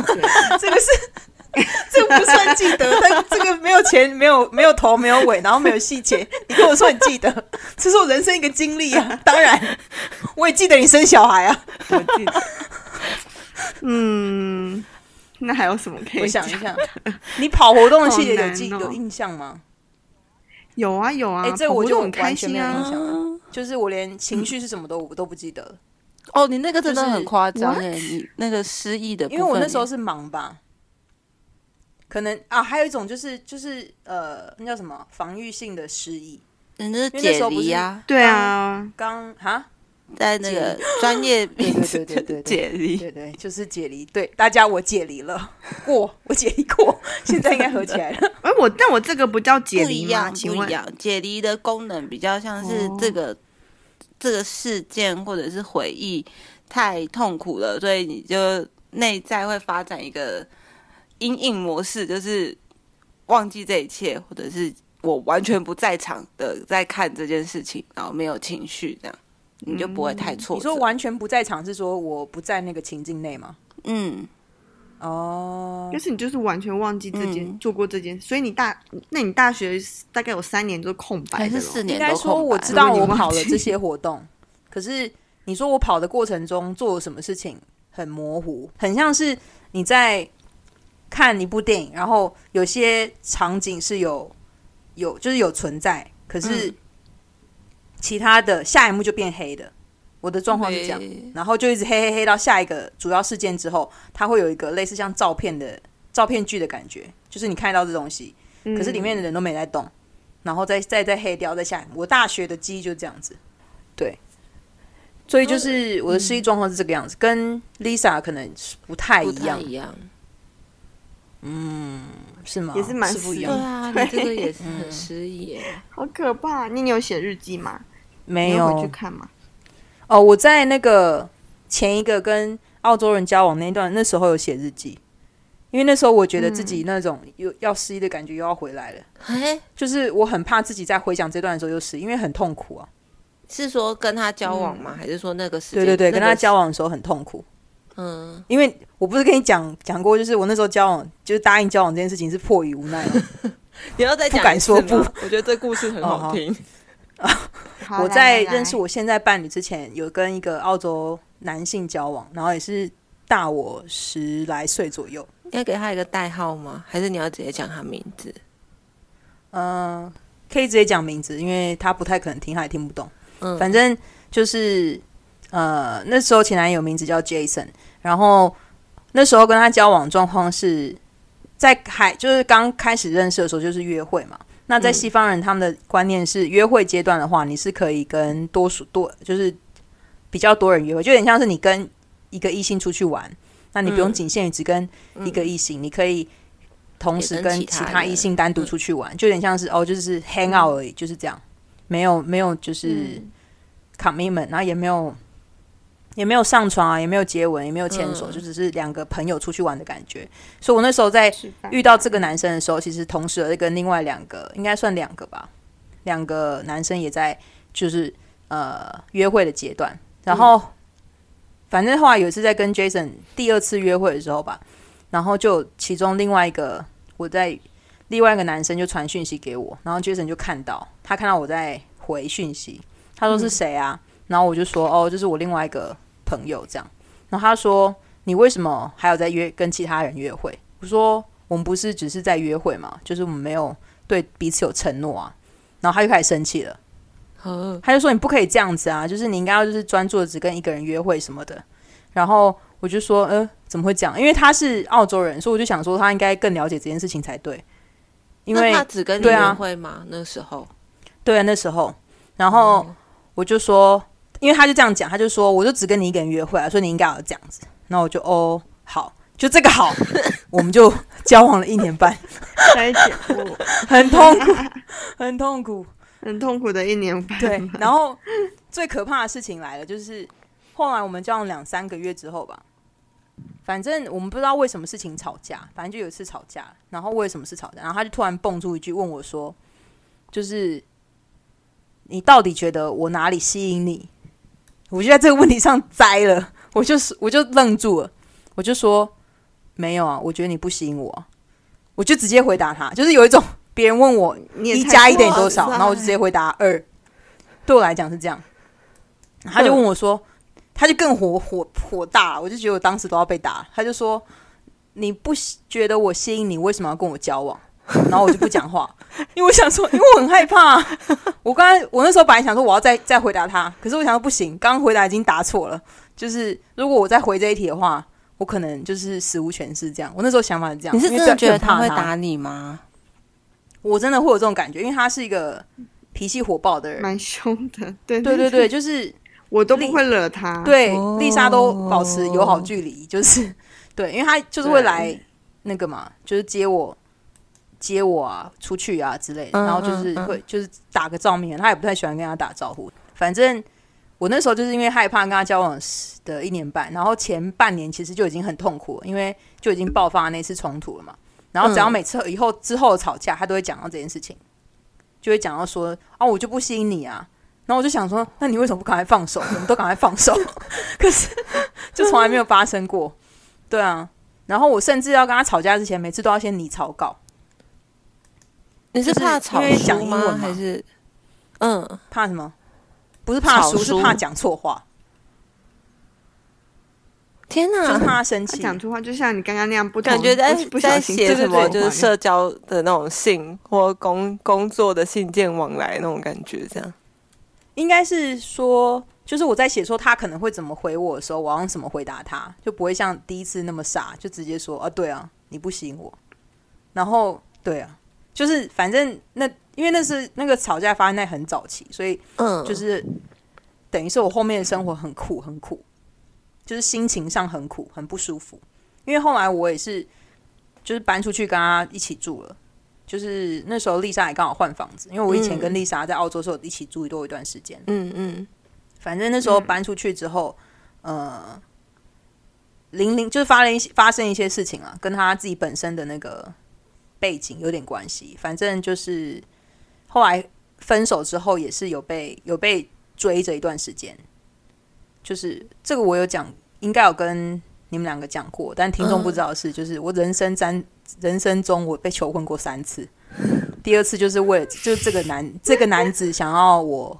Speaker 1: 这个是这个不算记得，但这个没有前没有没有头没有尾，然后没有细节。你跟我说你记得，这是我人生一个经历啊。当然，我也记得你生小孩 啊。
Speaker 2: 我记得。嗯， 那还有什么可以？
Speaker 1: 我想一，下，你跑活动的细节
Speaker 2: 好
Speaker 1: 有
Speaker 2: 难
Speaker 1: 记
Speaker 2: 哦
Speaker 1: 有印象吗？
Speaker 2: 有啊有啊，
Speaker 1: 哎这
Speaker 2: 跑
Speaker 1: 我
Speaker 2: 步
Speaker 1: 就
Speaker 2: 很开
Speaker 1: 完全没
Speaker 2: 心
Speaker 1: 有印
Speaker 2: 啊。
Speaker 1: 象了就是我连情绪是什么都 我都不记得了，
Speaker 3: 哦，你那个真的
Speaker 1: 就是
Speaker 3: 很夸张哎，你那个失忆的部
Speaker 1: 因
Speaker 3: 分，
Speaker 1: 为我那时候是忙吧。可能啊，还有一种就是就是呃，那叫什么防御性的失忆。
Speaker 3: 你那是
Speaker 1: 因为那时
Speaker 3: 解
Speaker 1: 候不是
Speaker 3: 离啊，
Speaker 2: 对啊，
Speaker 1: 刚哈，
Speaker 3: 在那个专业名词
Speaker 1: 对对对对对
Speaker 3: 解离，
Speaker 1: 对对，就是解离。对，大家我解离了，过我解离过， 现在应该合起来 了。
Speaker 2: 哎我但我这个不叫解
Speaker 3: 不
Speaker 2: 离
Speaker 3: 一
Speaker 2: 吗？
Speaker 3: 样，
Speaker 2: 请
Speaker 3: 不
Speaker 2: 问
Speaker 3: 一样，解离的功能比较像是
Speaker 2: 哦
Speaker 3: 这个、这个事件或者是回忆太痛苦了，所以你就内在会发展一个阴影模式，就是忘记这一切，或者是我完全不在场的在看这件事情，然后没有情绪，这样嗯你就不会太挫
Speaker 1: 你
Speaker 3: 折。
Speaker 1: 说完全不在场是说我不在那个情境内吗？
Speaker 3: 嗯，
Speaker 1: 哦
Speaker 2: 但，是你就是完全忘记这件、
Speaker 3: 嗯
Speaker 2: 做过这件，所以你大，那你大学大概有三年都是空白
Speaker 3: 还
Speaker 2: 的
Speaker 3: 是
Speaker 2: 咯
Speaker 3: 四
Speaker 1: 应
Speaker 3: 年
Speaker 1: 该
Speaker 3: 都
Speaker 1: 说
Speaker 3: 空
Speaker 1: 我
Speaker 3: 白
Speaker 1: 知道
Speaker 2: 如果
Speaker 1: 我
Speaker 2: 你忘
Speaker 1: 跑了
Speaker 2: 记
Speaker 1: 这些活动，可是你说我跑的过程中做了什么事情很模糊，很像是你在看一部电影，然后有些场景是有有就是有存在，可是其他的下一幕就变黑的。我的状况是这样，
Speaker 3: 对
Speaker 1: 然后就一直黑黑黑到下一个主要事件之后，它会有一个类似像照片的照片剧的感觉，就是你看到这东西，可是里
Speaker 2: 嗯
Speaker 1: 面的人都没在动，然后再再再黑掉，再下一幕。我大学的记忆就这样子，对，所以就是我的失忆状况是这个样子，跟 Lisa 可能是不太
Speaker 3: 不
Speaker 1: 一
Speaker 3: 太
Speaker 1: 样，嗯
Speaker 3: 一样。
Speaker 1: 是吗？
Speaker 2: 也是蛮
Speaker 1: 不一
Speaker 2: 死
Speaker 3: 对
Speaker 1: 样的，
Speaker 3: 啊，你这个也是很失忆耶。
Speaker 2: 好可怕。那你有写日记吗？
Speaker 1: 没
Speaker 2: 你
Speaker 1: 有
Speaker 2: 回去看吗？
Speaker 1: 哦，我在那个前一个跟澳洲人交往那一段，那时候有写日记，因为那时候我觉得自己那种又、要失忆的感觉又要回来了，
Speaker 3: 哎，
Speaker 1: 就是我很怕自己在回想这段的时候又失忆，因为很痛苦啊。
Speaker 3: 是说跟他交往吗？还是说那个时
Speaker 1: 对
Speaker 3: 间？
Speaker 1: 嗯对对，
Speaker 3: 那
Speaker 1: 跟
Speaker 3: 个
Speaker 1: 他交往的时候很痛苦，
Speaker 3: 嗯，
Speaker 1: 因为我不是跟你讲讲过，就是我那时候交往，就是答应交往这件事情是迫于无奈嘛。
Speaker 4: 你要再
Speaker 1: 不
Speaker 4: 讲
Speaker 1: 敢
Speaker 4: 一次
Speaker 1: 说
Speaker 4: 吗
Speaker 1: 不，
Speaker 4: 我觉得这故事很
Speaker 1: 哦好
Speaker 4: 好听。
Speaker 2: 好
Speaker 1: 我
Speaker 2: 来
Speaker 1: 在
Speaker 2: 来
Speaker 1: 认识
Speaker 2: 来
Speaker 1: 我现在伴侣之前，有跟一个澳洲男性交往，然后也是大我十来岁左右。
Speaker 3: 要给他一个代号吗？还是你要直接讲他名字？
Speaker 1: 嗯、可以直接讲名字，因为他不太可能听，他也听不懂。
Speaker 3: 嗯
Speaker 1: 反正就是呃，那时候前男友名字叫 Jason，然后那时候跟他交往状况是在还就是刚开始认识的时候就是约会嘛。那在西方人他们的观念是，约会阶段的话，你是可以跟多数多就是比较多人约会，就有点像是你跟一个异性出去玩，那你不用
Speaker 3: 嗯
Speaker 1: 仅限于只跟一个异性，你可以同时
Speaker 3: 也跟
Speaker 1: 跟
Speaker 3: 其
Speaker 1: 其
Speaker 3: 他
Speaker 1: 他
Speaker 3: 人嗯
Speaker 1: 异性单独出去玩，就有点像是哦，就是 hang out 而已，就是这样，没有没有就是。commitment，然后也没有也没有上床啊，也没有接吻，也没有牵手，
Speaker 3: 嗯
Speaker 1: 就只是两个朋友出去玩的感觉。所以我那时候在
Speaker 2: 吃饭
Speaker 1: 遇到这个男生的时候，其实同时有在跟另外两个，应该算两个吧，两个男生也在就是呃约会的阶段。然后、反正后来有一次在跟 Jason 第二次约会的时候吧，然后就其中另外一个我在另外一个男生就传讯息给我，然后 Jason 就看到他看到我在回讯息，他说是谁啊？然后我就说哦，就是我另外一个朋友这样。然后他说你为什么还有在约跟其他人约会？我说我们不是只是在约会嘛，就是我们没有对彼此有承诺啊。然后他就开始生气了，
Speaker 3: 呵
Speaker 1: 他就说你不可以这样子啊，就是你应该要就是专注地只跟一个人约会什么的。然后我就说，呃，怎么会这样？因为他是澳洲人，所以我就想说他应该更了解这件事情才对。因为
Speaker 3: 那他只跟你
Speaker 1: 对啊
Speaker 3: 约会吗？那时候，
Speaker 1: 对那时候，然后
Speaker 3: 嗯
Speaker 1: 我就说，因为他就这样讲，他就说我就只跟你一个人约会啊，所以你应该要这样子。那我就哦好，就这个好， 我们就交往了一年半，
Speaker 2: 在一起，我
Speaker 1: 很痛苦，很痛苦。
Speaker 2: 很痛苦的一年半。
Speaker 1: 对，然后最可怕的事情来了，就是后来我们交往两三个月之后吧，反正我们不知道为什么事情吵架，反正就有一次吵架，然后为什么是吵架，然后他就突然蹦出一句问我说，就是你到底觉得我哪里吸引你？我就在这个问题上栽了，我就是我就愣住了，我就说没有啊，我觉得你不吸引我啊，我就直接回答他，就是有一种别人问我
Speaker 2: 你也
Speaker 1: 一
Speaker 2: 太
Speaker 1: 加一等于多少？
Speaker 2: 哇塞
Speaker 1: 然后我就直接回答二。对我来讲是这样。他就问我说，他就更火火火大了，我就觉得我当时都要被打。他就说，你不吸觉得我吸引你，为什么要跟我交往？然后我就不讲话， 因为我想说，因为我很害 怕、啊。我刚才我那时候本来想说我要再再回答他，可是我想说不行，刚刚回答已经答错了。就是如果我再回这一题的话，我可能就是死无全尸这样。我那时候想法是这样，
Speaker 3: 你是
Speaker 1: 因为
Speaker 3: 真的
Speaker 1: 更
Speaker 3: 觉得
Speaker 1: 更怕他
Speaker 3: 他会打你吗？
Speaker 1: 我真的会有这种感觉，因为他是一个脾气火爆的人。
Speaker 2: 蛮凶的，对
Speaker 1: 对对对，，就是
Speaker 2: 我都不会惹他。，
Speaker 1: 对
Speaker 3: 哦
Speaker 1: 丽莎都保持友好距离，就是对，因为他就是会
Speaker 2: 对
Speaker 1: 来那个嘛，就是接我、接我啊、出去啊之类的，
Speaker 3: 嗯
Speaker 1: 然后就是
Speaker 3: 嗯嗯
Speaker 1: 会就是打个照面，他也不太喜欢跟他打招呼。反正我那时候就是因为害怕跟他交往的一年半，然后前半年其实就已经很痛苦了，因为就已经爆发那次冲突了嘛。然后只要
Speaker 3: 嗯
Speaker 1: 每次以后之后吵架，他都会讲到这件事情，就会讲到说啊，我就不吸引你啊。然后我就想说，那你为什么不赶快放手？我们都赶快放手， 可是就从来没有发生过。对啊，然后我甚至要跟他吵架之前，每次都要先拟草稿，
Speaker 3: 你是
Speaker 1: 就是
Speaker 3: 怕吵
Speaker 1: 因为讲
Speaker 3: 输
Speaker 1: 英文
Speaker 3: 吗？
Speaker 1: 嘛
Speaker 3: 还是嗯，
Speaker 1: 怕什么？不是怕
Speaker 3: 草
Speaker 1: 输，是
Speaker 3: 书
Speaker 1: 怕讲错话，
Speaker 3: 天
Speaker 1: 就是
Speaker 4: 嗯
Speaker 1: 怕
Speaker 3: 哪！
Speaker 1: 他生
Speaker 2: 他
Speaker 1: 气。
Speaker 2: 讲出话就像你刚刚那样，不懂
Speaker 4: 感觉在
Speaker 2: 不不小
Speaker 4: 在
Speaker 2: 心
Speaker 4: 写什么，
Speaker 2: 对对对
Speaker 4: 就是社交的那种信或工工作的信件往来那种感觉，这样。
Speaker 1: 应该是说，就是我在写说他可能会怎么回我的时候，我要用什么回答他，就不会像第一次那么傻，就直接说啊，对啊，你不吸引我。然后对啊，就是反正那因为那是那个吵架发生在很早期，所以
Speaker 3: 嗯，
Speaker 1: 就是等于是我后面的生活很苦很苦，就是心情上很苦很不舒服。因为后来我也是就是搬出去跟他一起住了，就是那时候丽莎也刚好换房子，因为我以前跟丽莎在澳洲是有一起住多一段时间。
Speaker 3: 嗯嗯，
Speaker 1: 反正那时候搬出去之后，呃，零零就是发了一些发生一些事情啊，跟他自己本身的那个背景有点关系。反正就是后来分手之后，也是有被有被追着一段时间。就是这个我有讲，应该有跟你们两个讲过，但听众不知道的是，就是我人生三人生中我被求婚过三次，第二次就是为了就是这个男这个男子想要我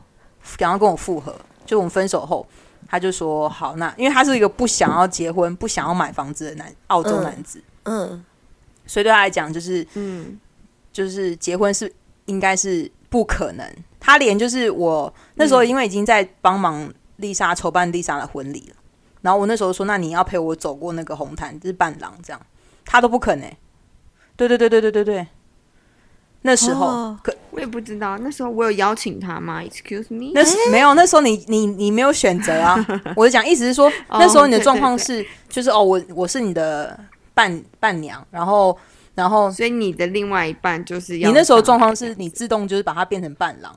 Speaker 1: 想要跟我复合，就我们分手后，他就说好，那因为他是一个不想要结婚、不想要买房子的男澳洲男子，
Speaker 3: 嗯，
Speaker 1: 所以对他来讲就是
Speaker 2: 嗯，
Speaker 1: 就是结婚是应该是不可能。他连就是我那时候因为已经在帮忙丽莎筹办丽莎的婚礼了，然后我那时候说，那你要陪我走过那个红毯，就是伴郎这样，他都不肯哎、对对对对对对对，那时候、
Speaker 3: 哦
Speaker 1: 可
Speaker 2: 我也不知道那时候我有邀请他吗？Excuse me，
Speaker 1: 那是、没有，那时候你你你没有选择啊。我就讲，意思是说，
Speaker 2: 哦
Speaker 1: 那时候你的
Speaker 2: 对
Speaker 1: 状况是，就是哦，我我是你的伴伴娘，然后然后
Speaker 2: 所以你的另外一半就是要
Speaker 1: 你那时候状况是
Speaker 2: 上来
Speaker 1: 你自动就是把他变成伴郎，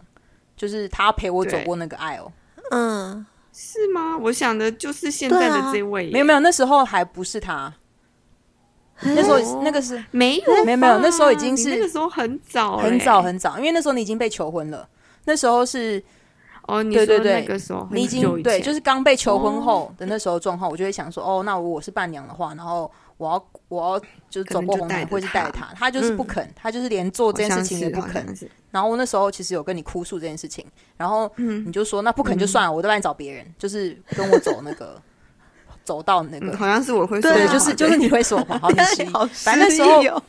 Speaker 1: 就是他要陪我走过那个爱哦。
Speaker 3: 嗯，
Speaker 2: 是吗？我想的就是现在
Speaker 3: 对
Speaker 2: 的
Speaker 3: 啊
Speaker 2: 这位耶，
Speaker 1: 没有没有，那时候还不是他，那时
Speaker 2: 哦
Speaker 1: 候那个是
Speaker 2: 没有
Speaker 1: 没有没有
Speaker 2: 吧
Speaker 1: 那时候已经
Speaker 2: 你
Speaker 1: 是
Speaker 2: 那个时候很早欸
Speaker 1: 很早
Speaker 2: 嘞
Speaker 1: 很早，因为那时候你已经被求婚了。那时候是
Speaker 2: 哦，你
Speaker 1: 对对
Speaker 2: 说
Speaker 1: 对
Speaker 2: 那个时候很
Speaker 1: 你已
Speaker 2: 久
Speaker 1: 经
Speaker 2: 以
Speaker 1: 对，
Speaker 2: 前
Speaker 1: 就是刚被求婚后的那时候状况，我就会想说，哦，那如果我是伴娘的话，然后我要我要就是走过红毯
Speaker 2: 可能
Speaker 1: 或
Speaker 2: 就带着
Speaker 1: 是
Speaker 2: 他
Speaker 1: 带他，他就是不肯，
Speaker 2: 嗯
Speaker 1: 他就是连做这件事情也不
Speaker 2: 好像
Speaker 1: 肯。
Speaker 2: 是
Speaker 1: 然后我那时候其实有跟你哭诉这件事情，然后你就说、那不肯就算了，我都帮你找别人，就是跟我走那个走到那个。
Speaker 2: 嗯好像是我会说
Speaker 4: 对
Speaker 1: 对，
Speaker 2: 的话，
Speaker 1: 就是就是你会说谎，好，你失忆
Speaker 4: 好
Speaker 1: 反正那时候
Speaker 4: 失忆哦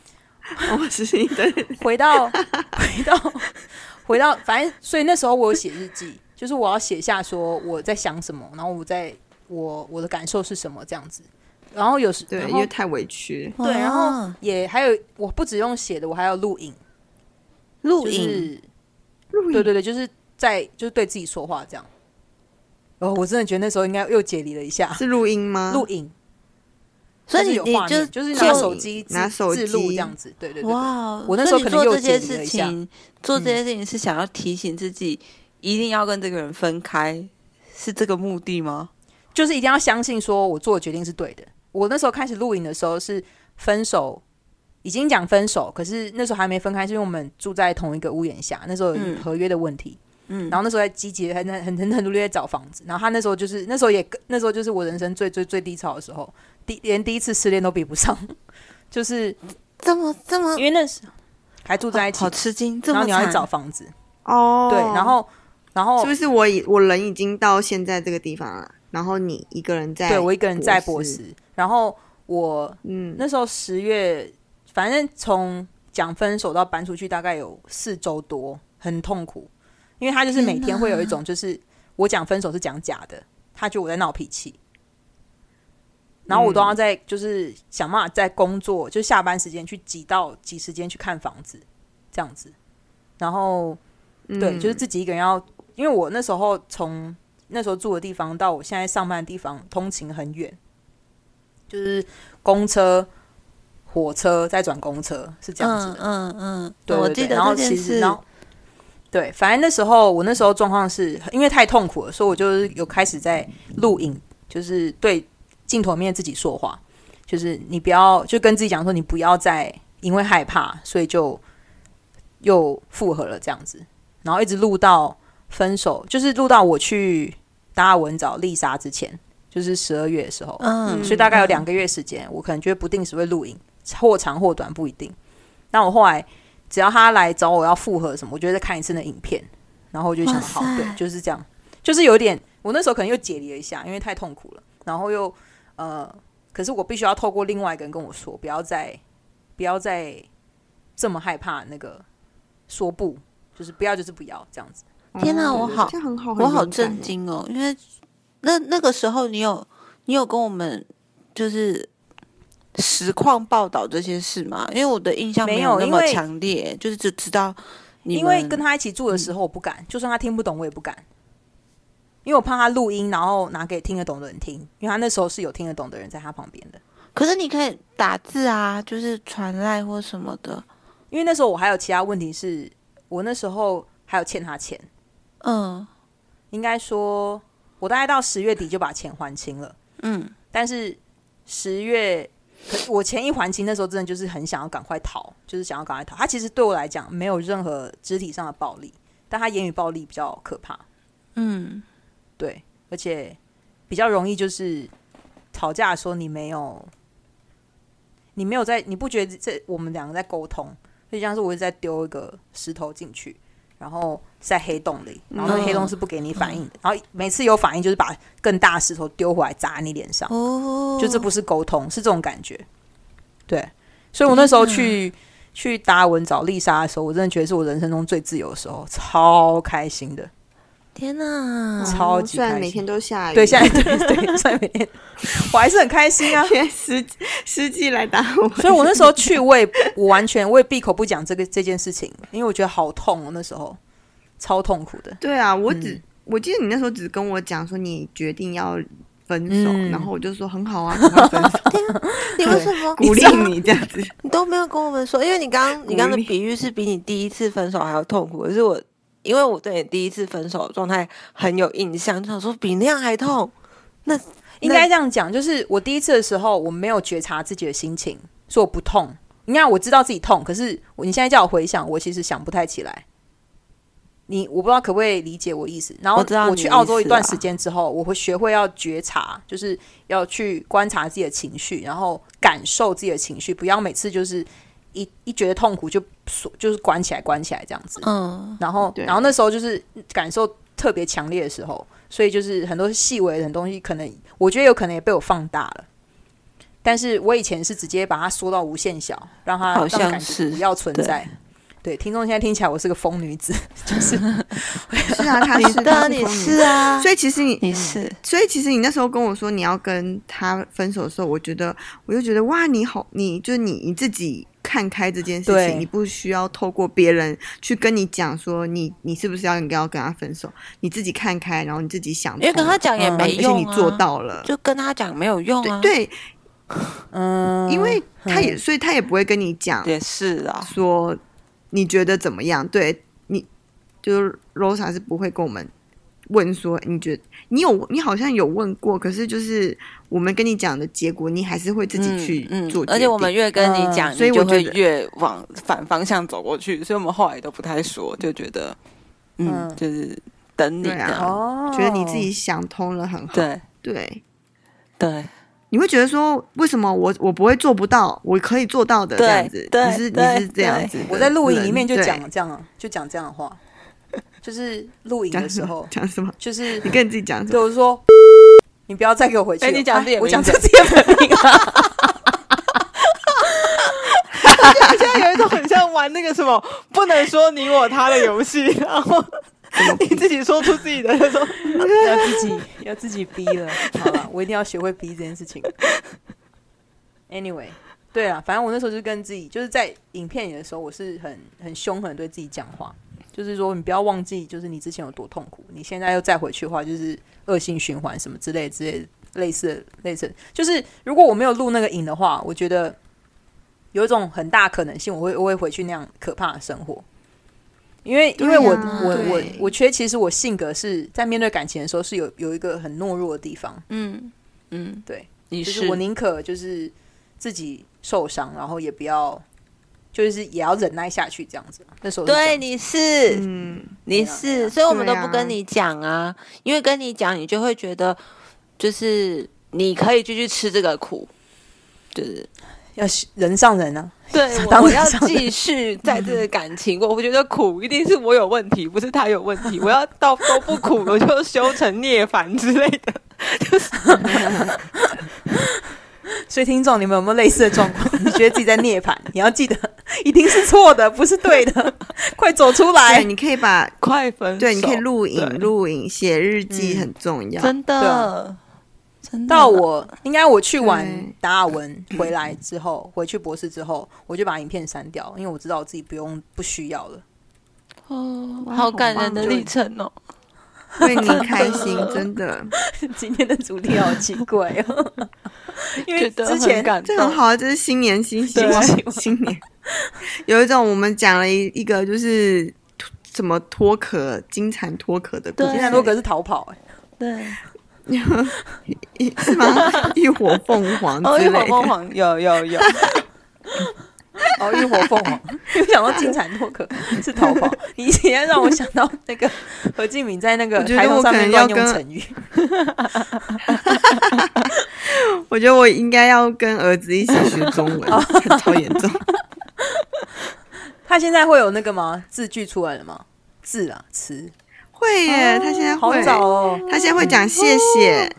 Speaker 2: 我是你的，
Speaker 1: 回到回到回到，反正所以那时候我有写日记，就是我要写下说我在想什么，然后我在我我的感受是什么这样子。然后有时
Speaker 2: 对，
Speaker 1: 然
Speaker 2: 因
Speaker 1: 后
Speaker 2: 为太委屈，
Speaker 3: 哦
Speaker 1: 对，然
Speaker 3: 啊
Speaker 1: 后也还有我不只用写的，我还要录影，
Speaker 3: 录
Speaker 1: 就
Speaker 3: 影
Speaker 1: 是对对对，就是在就是对自己说话这样。哦，我真的觉得那时候应该又解离了一下，
Speaker 2: 是录音吗？
Speaker 1: 录影，
Speaker 3: 所以
Speaker 1: 就是
Speaker 3: 你
Speaker 1: 有
Speaker 3: 你
Speaker 1: 画面
Speaker 3: 就
Speaker 1: 就是
Speaker 2: 做
Speaker 1: 拿手机自
Speaker 2: 拿手
Speaker 1: 自录
Speaker 2: 机
Speaker 1: 这样子，对对对对
Speaker 3: 哇！哦
Speaker 1: 我那时
Speaker 3: 所
Speaker 1: 候
Speaker 3: 以
Speaker 1: 可
Speaker 3: 你
Speaker 1: 能
Speaker 3: 做
Speaker 1: 又
Speaker 3: 这些
Speaker 1: 解离了
Speaker 3: 事
Speaker 1: 一下嗯
Speaker 3: 情，做这些事情是想要提醒自己一定要跟这个人分开，是这个目的吗？
Speaker 1: 就是一定要相信说我做的决定是对的。我那时候开始录影的时候是分手，已经讲分手，可是那时候还没分开，是因为我们住在同一个屋檐下，那时候有
Speaker 3: 嗯
Speaker 1: 合约的问题。
Speaker 3: 嗯
Speaker 1: 然后那时候在积极地很很很很努力地在找房子，然后他那时候就是那时候也那时候就是我人生最最最低潮的时候，第连第一次失恋都比不上， 就是
Speaker 3: 这么这么
Speaker 1: 因为那时还住在一起
Speaker 3: 哦好，吃惊，这
Speaker 1: 然
Speaker 3: 么
Speaker 1: 后你要去
Speaker 3: 惨
Speaker 1: 找房子，
Speaker 2: 哦，
Speaker 1: 对，然后然后
Speaker 2: 是不是我已我人已经到现在这个地方了？然后你一个人在，
Speaker 1: 对我一个人在博
Speaker 2: 士，
Speaker 1: 士，然后我
Speaker 2: 嗯，
Speaker 1: 那时候十月，反正从讲分手到搬出去，大概有四周多，很痛苦，因为他就是每天会有一种，就是我讲分手是讲假的，他觉得我在闹脾气，然后我都要在就是想办法在工作，就下班时间去挤到挤时间去看房子，这样子，然后对，就是自己一个人要，因为我那时候从那时候住的地方到我现在上班的地方通勤很远，就是公车、火车再转公车是这样子的。
Speaker 3: 嗯嗯
Speaker 1: 对对
Speaker 3: 嗯，我
Speaker 1: 对
Speaker 3: 记得
Speaker 1: 然后
Speaker 3: 这
Speaker 1: 其
Speaker 3: 件
Speaker 1: 实
Speaker 3: 事
Speaker 1: 然后对，反正那时候我那时候状况是因为太痛苦了，所以我就是有开始在录影，就是对镜头里面自己说话，就是你不要就跟自己讲说你不要再因为害怕，所以就又复合了这样子，然后一直录到分手，就是录到我去达尔文找丽莎之前，就是十二月的时候，
Speaker 3: 嗯，
Speaker 1: 所以大概有两个月时间，我可能就会不定时会录影，或长或短不一定。那我后来只要他来找我要复合什么，我就会再看一次那影片，然后我就想
Speaker 3: 哇塞
Speaker 1: 好，对，就是这样，就是有点我那时候可能又解离了一下，因为太痛苦了，然后又呃，可是我必须要透过另外一个人跟我说，不要再不要再这么害怕那个说不，就是不要就是不要这样子。
Speaker 3: 天哪
Speaker 2: 哦
Speaker 3: 我
Speaker 2: 对
Speaker 3: 好
Speaker 2: 这样很好，
Speaker 3: 我
Speaker 2: 很
Speaker 3: 好
Speaker 2: 勇敢
Speaker 3: 震
Speaker 2: 欸。
Speaker 3: 惊哦，因为那那个时候你有你有跟我们就是实况报道这些事吗？因为我的印象
Speaker 1: 没有
Speaker 3: 有那
Speaker 1: 因
Speaker 3: 么
Speaker 1: 为
Speaker 3: 强烈，就是只知道你
Speaker 1: 因为
Speaker 3: 们嗯
Speaker 1: 跟他一起住的时候，我不敢，就算他听不懂，我也不敢，因为我怕他录音，然后拿给听得懂的人听，因为他那时候是有听得懂的人在他旁边的。
Speaker 3: 可是你可以打字啊，就是传赖或什么的。
Speaker 1: 因为那时候我还有其他问题是，我那时候还有欠他钱，
Speaker 3: 嗯
Speaker 1: 应该说，我大概到十月底就把钱还清了，
Speaker 3: 嗯，
Speaker 1: 但是十月。可是我钱一还清，那时候真的就是很想要赶快逃，就是想要赶快逃。他其实对我来讲没有任何肢体上的暴力，但他言语暴力比较可怕。
Speaker 3: 嗯，
Speaker 1: 对，而且比较容易就是吵架的时候，你没有，你没有在，你不觉得这我们两个在沟通，就像是我一直在丢一个石头进去，然后在黑洞里，然后那个黑洞是不给你反应的，然后每次有反应就是把更大的石头丢回来砸你脸上，
Speaker 3: 哦，
Speaker 1: 就这不是沟通，是这种感觉。对，所以我那时候去。去达尔文找丽莎的时候，我真的觉得是我人生中最自由的时候，超开心的。
Speaker 3: 天哪！
Speaker 1: 超
Speaker 2: 哦
Speaker 1: 级
Speaker 2: 虽然
Speaker 1: 开
Speaker 2: 每
Speaker 1: 心
Speaker 2: 天都下雨，
Speaker 1: 对， 现在对对，所以每天我还是很开心啊。
Speaker 2: 因为司机司机来打我，
Speaker 1: 所以我那时候去，我也我完全我也闭口不讲这个这件事情，因为我觉得好痛哦，那时候超痛苦的。
Speaker 2: 对啊，我只、我记得你那时候只跟我讲说你决定要分手，
Speaker 1: 嗯
Speaker 2: 然后我就说很好啊，赶快 分手，
Speaker 3: 你为什么
Speaker 2: 鼓励你这样子。
Speaker 3: 你都没有跟我们说？因为你刚刚你刚刚的比喻是比你第一次分手还要痛苦，可是我因为我对你第一次分手的状态很有印象，就想说比那样还痛。那
Speaker 1: 应该这样讲，就是我第一次的时候，我没有觉察自己的心情，所以我不痛。你看，我知道自己痛，可是我你现在叫我回想，我其实想不太起来。你我不知道可不可以理解我意思。然后
Speaker 3: 我知道你
Speaker 1: 去澳洲
Speaker 3: 的
Speaker 1: 一
Speaker 3: 意思
Speaker 1: 段
Speaker 3: 啊
Speaker 1: 时间之后，我会学会要觉察，就是要去观察自己的情绪，然后感受自己的情绪，不要每次就是一一觉得痛苦就锁就是关起来关起来这样子。
Speaker 3: 嗯，
Speaker 1: 然后，
Speaker 2: 对
Speaker 1: 然后那时候就是感受特别强烈的时候，所以就是很多细微的东西，可能我觉得有可能也被我放大了。但是我以前是直接把它缩到无限小，让它
Speaker 3: 好
Speaker 1: 让
Speaker 3: 像
Speaker 1: 感觉
Speaker 3: 是
Speaker 1: 不要存在。对，听众现在听起来我是个疯女子，
Speaker 2: 是啊，他
Speaker 3: 你
Speaker 2: 是他
Speaker 3: 的你
Speaker 2: 疯女
Speaker 3: 是啊，
Speaker 2: 所以其实你
Speaker 3: 你是嗯
Speaker 2: 所以其实你那时候跟我说你要跟他分手的时候，我觉得我就觉得哇，你好，你就是你你自己看开这件事
Speaker 1: 对
Speaker 2: 情，你不需要透过别人去跟你讲说你你是不是要应该要跟他分手，你自己看开，然后你自己想通，
Speaker 3: 因为跟他讲也
Speaker 1: 嗯
Speaker 3: 没用、啊
Speaker 2: 而且你做，到了，
Speaker 3: 就跟他讲没有用啊，
Speaker 2: 对对，
Speaker 1: 嗯，
Speaker 2: 因为他也、所以他也不会跟你讲
Speaker 3: 也是啊，
Speaker 2: 说你觉得怎么样，对你就是 Rosa 是不会跟我们。问说你觉得你有你好像有问过，可是就是我们跟你讲的结果，你还是会自己去
Speaker 3: 嗯
Speaker 2: 做决定、
Speaker 3: 嗯，而且我们越跟你讲，
Speaker 2: 嗯所以
Speaker 3: 你
Speaker 2: 我
Speaker 3: 就
Speaker 2: 觉得
Speaker 3: 会越往反方向走过去，所以我们后来都不太说，就觉得嗯，
Speaker 1: 嗯
Speaker 3: 就是等你
Speaker 2: 对啊
Speaker 3: 的，
Speaker 1: 哦，
Speaker 2: 觉得你自己想通了很好。
Speaker 3: 对啊
Speaker 2: 对
Speaker 3: 对
Speaker 2: 你会觉得说为什么我我不会做不到，我可以做到的
Speaker 3: 对
Speaker 2: 这样子。
Speaker 3: 对
Speaker 2: 你是
Speaker 3: 对
Speaker 2: 你是这样子的人。
Speaker 1: 我在录影里面就
Speaker 2: 对
Speaker 1: 讲这样，啊就讲这样的话，就是录影
Speaker 2: 讲
Speaker 1: 的时
Speaker 2: 什么
Speaker 1: 候，
Speaker 2: 讲什么？
Speaker 1: 就是
Speaker 2: 你跟你自己讲什
Speaker 1: 对
Speaker 2: 么？
Speaker 1: 我就说，你不要再给我回去了。
Speaker 3: 哎你讲自己的
Speaker 1: 哎我讲
Speaker 3: 名
Speaker 1: 自
Speaker 3: 字
Speaker 1: 己的名字，
Speaker 4: 现在有一种很像玩那个什么不能说你我他的游戏，然后你自己说出自己的那种。
Speaker 1: 要自己要自己逼了。好了，我一定要学会逼这件事情。Anyway，对啊，反正我那时候就跟自己，就是在影片里的时候，我是很很凶狠地对自己讲话，就是说你不要忘记，就是你之前有多痛苦，你现在又再回去的话，就是恶性循环什么之类之类类似的类似的。就是如果我没有录那个影的话，我觉得有一种很大可能性，我会我会回去那样可怕的生活。因为因为我、
Speaker 2: 对啊
Speaker 1: 我我
Speaker 2: 对
Speaker 1: 我觉得其实我性格是在面对感情的时候是有有一个很懦弱的地方，
Speaker 3: 嗯嗯，
Speaker 1: 对，
Speaker 3: 你
Speaker 1: 就是我宁可就是自己受伤，然后也不要，就是也要忍耐下去这样子。啊那时候是这
Speaker 3: 对
Speaker 1: 样
Speaker 3: 你是
Speaker 2: 嗯，
Speaker 1: 对
Speaker 3: 你
Speaker 1: 啊对啊
Speaker 3: 是，所以我们
Speaker 2: 对
Speaker 3: 都
Speaker 2: 啊
Speaker 3: 不跟你讲啊，因为跟你讲，你就会觉得就是你可以继续吃这个苦，就是
Speaker 1: 要是人上人啊，
Speaker 3: 对
Speaker 1: 当
Speaker 3: 我我要
Speaker 1: 然
Speaker 3: 继续在这个感情，我我觉得苦一定是我有问题，不是他有问题，我要到都不苦，我就修成涅槃之类的。
Speaker 1: 所以听众，你们有没有类似的状况？ 你觉得自己在涅槃？你要记得，一定是错的，不是对的，快走出来
Speaker 2: 对，！你可以把
Speaker 3: 快分手，
Speaker 2: 对，你可以录
Speaker 3: 对
Speaker 2: 影，录影写日记
Speaker 1: 嗯
Speaker 2: 很重要。
Speaker 3: 真
Speaker 1: 对
Speaker 3: 的
Speaker 1: 啊，
Speaker 3: 真的
Speaker 1: 到我应该我去完
Speaker 2: 对
Speaker 1: 达尔文回来之后，回去博士之后，我就把影片删掉，因为我知道我自己不用不需要了。
Speaker 3: 哦，
Speaker 2: 哇
Speaker 3: 好感人的
Speaker 2: 好棒
Speaker 3: 历程哦。
Speaker 2: 为你开心，真的，
Speaker 1: 今天的主题好奇怪哦， 因为
Speaker 3: 觉得
Speaker 1: 之
Speaker 3: 很
Speaker 1: 前
Speaker 3: 感
Speaker 2: 这
Speaker 3: 动，
Speaker 2: 很好啊，这是新年新希望
Speaker 1: 对，
Speaker 2: 新年有一种我们讲了一一个就是什么脱壳金蝉脱壳的故
Speaker 3: 对
Speaker 1: 金
Speaker 2: 事，
Speaker 1: 山多格是逃跑、欸，
Speaker 3: 对，
Speaker 2: 一是吗？浴火凤凰
Speaker 3: 哦，
Speaker 2: 之
Speaker 3: 浴
Speaker 2: 类
Speaker 3: 火凤
Speaker 2: 的，
Speaker 3: 凰有 有有，
Speaker 1: 哦，浴火凤 凰，因为想到金蝉脱壳是逃 跑，你以前让我想到那个何敬敏在那个
Speaker 2: 我觉得
Speaker 1: 台
Speaker 2: 我
Speaker 1: 风上
Speaker 2: 可
Speaker 1: 面
Speaker 2: 能
Speaker 1: 乱
Speaker 2: 要
Speaker 1: 用
Speaker 2: 跟
Speaker 1: 成语，
Speaker 2: 我觉得我应该要跟儿子一起学中文，超严重。
Speaker 1: 他现在会有那个吗？字句出来了吗？字啊，词，
Speaker 2: 会耶，他现在
Speaker 1: 好
Speaker 2: 会，
Speaker 1: 早哦，
Speaker 2: 他现在会讲谢谢，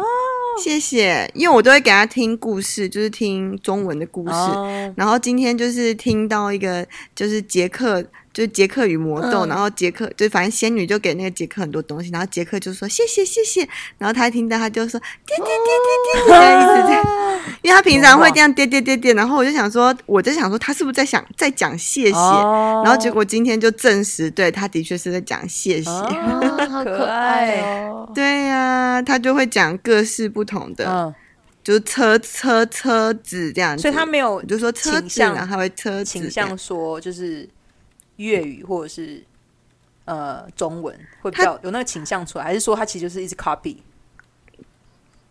Speaker 2: 谢谢，因为我都会给他听故事，就是听中文的故事，
Speaker 1: 哦
Speaker 2: 然后今天就是听到一个就是杰克，就是杰克与魔豆，
Speaker 3: 嗯
Speaker 2: 然后杰克就反正仙女就给那个杰克很多东西，然后杰克就说谢谢谢谢，然后他一听到他就说颠颠颠颠颠，然后一直这样，
Speaker 1: 哦
Speaker 2: 因为他平常会这样颠颠颠颠，然后我就想说，我在想说他是不是在想在讲谢谢，
Speaker 1: 哦
Speaker 2: 然后结果今天就证实，对他的确是在讲谢谢。
Speaker 1: 哦好可爱
Speaker 3: 哦。
Speaker 2: 对呀、他就会讲各式不同的，
Speaker 1: 嗯，
Speaker 2: 就是车车车子这样子，
Speaker 1: 所以他没有
Speaker 2: 我就说车
Speaker 1: 倾
Speaker 2: 子，然
Speaker 1: 向
Speaker 2: 后他会车子这
Speaker 1: 倾
Speaker 2: 样，
Speaker 1: 向说就是粤语或者是呃中文会比较有那个倾向出来，还是说他其实就是一直 copy？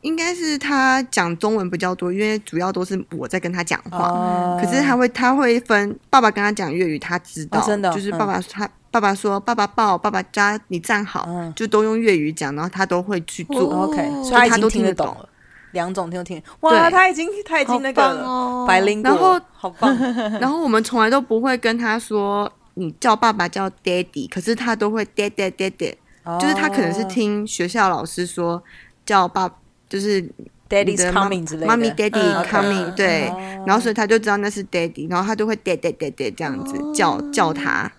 Speaker 2: 应该是他讲中文比较多，因为主要都是我在跟他讲话。
Speaker 1: 哦
Speaker 2: 可是他会，他会分爸爸跟他讲粤语，他知道，
Speaker 1: 哦真的哦
Speaker 2: 就是爸爸他、爸爸说爸爸抱，爸爸扎你站好，
Speaker 1: 嗯
Speaker 2: 就都用粤语讲，然后他都会去做。
Speaker 3: 哦
Speaker 1: OK，所以
Speaker 2: 所以
Speaker 1: 他已
Speaker 2: 他
Speaker 1: 经
Speaker 2: 都
Speaker 1: 听
Speaker 2: 听得
Speaker 1: 懂
Speaker 2: 懂
Speaker 1: 了，两种都听得。哇，
Speaker 2: 对
Speaker 1: 他已经他已
Speaker 3: 好
Speaker 1: 经那个
Speaker 3: 棒
Speaker 1: 了，
Speaker 3: 哦，
Speaker 1: 白灵
Speaker 2: 然后
Speaker 1: 好棒，
Speaker 2: 然后我们从来都不会跟他说你叫爸爸叫 daddy，可是他都会 dad dad dad dad，就是他可能是
Speaker 1: 哦
Speaker 2: 听学校老师说叫爸，就是你
Speaker 1: 哦 Daddy's
Speaker 2: 的妈
Speaker 1: coming 之类的。
Speaker 2: 妈咪 daddy
Speaker 3: 嗯
Speaker 2: coming，
Speaker 3: 嗯
Speaker 2: 对
Speaker 1: 哦，
Speaker 2: 然后所以他就知道那是 daddy，然后他就会 dad dad dad dad 这样子叫
Speaker 1: 哦
Speaker 2: 叫他，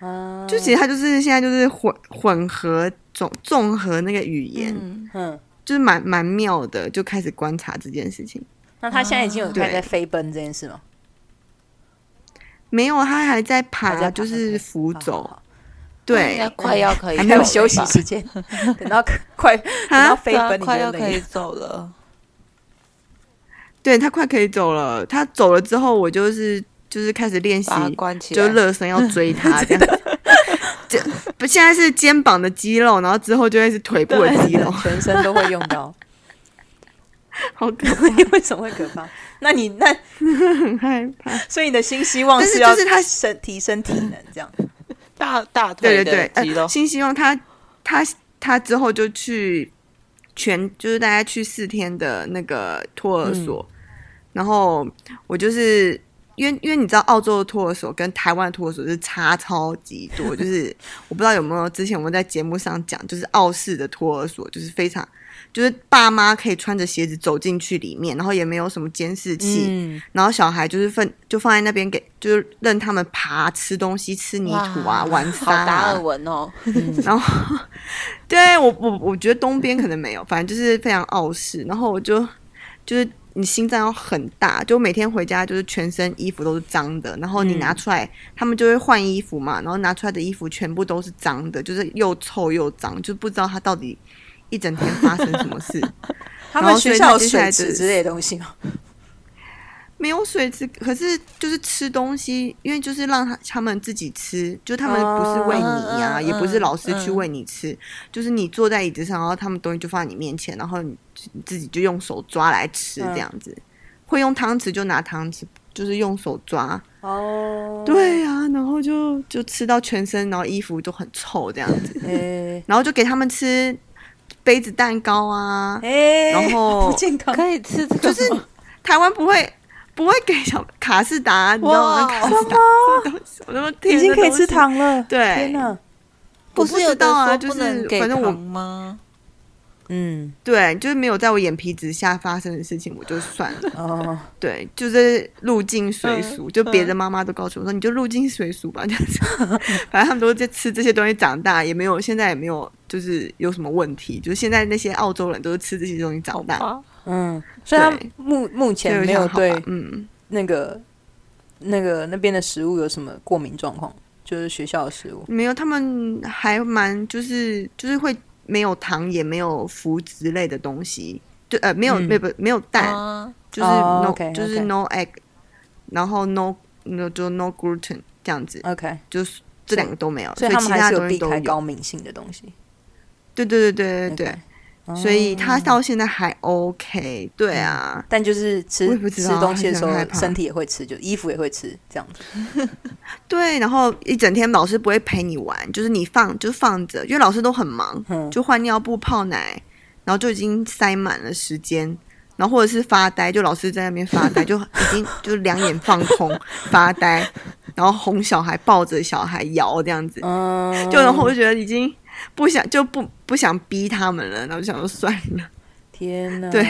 Speaker 1: 啊
Speaker 2: 就其实他就是现在就是混混合综综合那个语言，
Speaker 3: 嗯，
Speaker 1: 嗯，
Speaker 2: 就是蛮蛮妙的，就开始观察这件事情。
Speaker 1: 那他现在已经有开始
Speaker 2: 啊对
Speaker 1: 在飞奔这件事吗？
Speaker 2: 没有，啊他还在爬，
Speaker 1: 还在爬
Speaker 2: 就是扶
Speaker 1: 哦好好
Speaker 2: 走
Speaker 1: 好，哦
Speaker 3: 应
Speaker 2: 对
Speaker 3: 该，快要可以
Speaker 1: 还没有
Speaker 3: 走了
Speaker 1: 休息
Speaker 3: 吧
Speaker 1: 时间， 等到 快等到
Speaker 2: 啊，
Speaker 1: 飞奔你
Speaker 3: 快
Speaker 1: 就
Speaker 3: 要可
Speaker 1: 累
Speaker 3: 以
Speaker 1: 了。
Speaker 3: 走了。
Speaker 2: 对他快可以走了，他走了之后，我就是就是开始练习
Speaker 3: 把它关起来，
Speaker 2: 就热身要追 他这样。就不现在是肩膀的肌肉，然后之后就会是腿部的 肌肉，
Speaker 1: 全身都会用到，
Speaker 2: 好可怕，
Speaker 1: 为什么会可怕？那你那
Speaker 2: 很害怕。
Speaker 1: 所以你的新希望
Speaker 2: 但是
Speaker 1: 要
Speaker 2: 就是他
Speaker 1: 身提升体能这样。
Speaker 3: 大大
Speaker 2: 对对
Speaker 3: 腿
Speaker 2: 对
Speaker 3: 的，肌肉
Speaker 2: 呃，，新希望他他他之后就去全就是大概去四天的那个托儿
Speaker 3: 嗯
Speaker 2: 所，然后我就是。因为因为你知道澳洲的托儿所跟台湾的托儿所是差超级多，就是我不知道有没有之前我们在节目上讲，就是澳式的托儿所就是非常，就是爸妈可以穿着鞋子走进去里面，然后也没有什么监视器，
Speaker 1: 嗯，
Speaker 2: 然后小孩就是放就放在那边给，就是任他们爬、吃东西、吃泥土啊、
Speaker 3: 哇
Speaker 2: 玩
Speaker 3: 好
Speaker 2: 沙、
Speaker 3: 达尔
Speaker 2: 啊。
Speaker 3: 文哦，
Speaker 2: 然后， 对我我我觉得东边可能没有，反正就是非常傲视。然后我就就是你心脏要很大，就每天回家就是全身衣服都是脏的，然后你拿出来，他们就会换衣服嘛，然后拿出来的衣服全部都是脏的，就是又臭又脏，就不知道他到底一整天发生什么事。
Speaker 1: 他
Speaker 2: 然
Speaker 1: 们
Speaker 2: 后所
Speaker 1: 学
Speaker 2: 以
Speaker 1: 校
Speaker 2: 他
Speaker 1: 有
Speaker 2: 接下
Speaker 1: 水
Speaker 2: 来
Speaker 1: 池
Speaker 2: 就是
Speaker 1: 之类的东西吗？
Speaker 2: 没有水吃，可是就是吃东西，因为就是让他他们自己吃，就他们
Speaker 1: 哦
Speaker 2: 不是喂你呀、
Speaker 3: 嗯嗯
Speaker 2: 也不是老师去
Speaker 3: 嗯
Speaker 2: 喂你吃，就是你坐在椅子上，然后他们东西就放在你面前，然后你你自己就用手抓来吃
Speaker 1: 嗯
Speaker 2: 这样子。会用汤匙就拿汤匙，就是用手抓。
Speaker 1: 哦，
Speaker 2: 对呀、然后就就吃到全身，然后衣服都很臭这样子，
Speaker 1: 诶，
Speaker 2: 然后就给他们吃杯子蛋糕啊，
Speaker 1: 哎
Speaker 2: 然后
Speaker 1: 不健康，
Speaker 3: 可以吃这个，就是
Speaker 2: 台湾不会不会给小卡士达，你知道吗？
Speaker 3: 哇
Speaker 2: 卡士达这 东西，我那么甜
Speaker 1: 已
Speaker 2: 的
Speaker 1: 经可以
Speaker 2: 东
Speaker 1: 吃
Speaker 2: 西。
Speaker 1: 糖了。
Speaker 2: 对
Speaker 1: 天哪，
Speaker 2: 我
Speaker 3: 是
Speaker 2: 不
Speaker 3: 有
Speaker 2: 知
Speaker 3: 的
Speaker 2: 道啊，
Speaker 3: 说
Speaker 2: 就
Speaker 3: 不能
Speaker 2: 是
Speaker 3: 给
Speaker 2: 反正我
Speaker 3: 糖吗？
Speaker 1: 嗯，
Speaker 2: 对，就是没有在我眼皮子下发生的事情，我就算了。
Speaker 1: 哦，
Speaker 2: 对，就是入境
Speaker 1: 嗯
Speaker 2: 随俗，就别的妈妈都告诉我说，你就入境随俗吧，这样子。 反正他们都在吃这些东西长大，也没有现在也没有就是有什么问题，就是现在那些澳洲人都是吃这些东西
Speaker 3: 好
Speaker 2: 长大。
Speaker 4: 啊
Speaker 3: 吧，
Speaker 1: 嗯，所以他
Speaker 2: 对
Speaker 1: 目目
Speaker 2: 所以
Speaker 1: 前
Speaker 2: 我
Speaker 1: 没
Speaker 2: 想
Speaker 1: 有
Speaker 2: 好吧
Speaker 1: 对
Speaker 2: 嗯，
Speaker 1: 那个那个那边的食物有什么过敏状况，就是学校的食物。
Speaker 2: 没有，他们还蛮就是就是会没有糖，也没有麸之类的东西，就呃没有、
Speaker 1: 嗯
Speaker 2: 没有没有蛋，
Speaker 3: 啊
Speaker 2: 就是
Speaker 1: 哦
Speaker 2: no、
Speaker 1: OK，OK
Speaker 2: 就是 no egg，然后 no no 就 no gluten 这样子，
Speaker 1: OK，
Speaker 2: 就是这两个都没有，
Speaker 1: 嗯所以
Speaker 2: 以
Speaker 1: 他
Speaker 2: 其
Speaker 1: 们还
Speaker 2: 他
Speaker 1: 是
Speaker 2: 东
Speaker 1: 有
Speaker 2: 西
Speaker 1: 避
Speaker 2: 都
Speaker 1: 开
Speaker 2: 有。
Speaker 1: 高敏性的东西。
Speaker 2: 对对对对对
Speaker 1: OK 哦
Speaker 2: 对，所以他到现在还 OK。对啊，
Speaker 1: 但就是吃
Speaker 2: 我也不知
Speaker 1: 吃
Speaker 2: 道
Speaker 1: 东西的
Speaker 2: 还是
Speaker 1: 时
Speaker 2: 很
Speaker 1: 候
Speaker 2: 害，怕
Speaker 1: 身体也会吃，就衣服也会吃，这样子。
Speaker 2: 对，然后一整天老师不会陪你玩，就是你放就放着，因为老师都很忙，
Speaker 1: 嗯，
Speaker 2: 就换尿布、泡奶，然后就已经塞满了时间，然后或者是发呆，就老师在那边发呆，就已经就两眼放空 发呆，然后哄小孩、抱着小孩摇这样子，
Speaker 1: 嗯，
Speaker 2: 就然后我
Speaker 3: 哦
Speaker 2: 就觉得已经不想就不不想逼他们了，然后就想说算了。
Speaker 1: 天哪，
Speaker 2: 对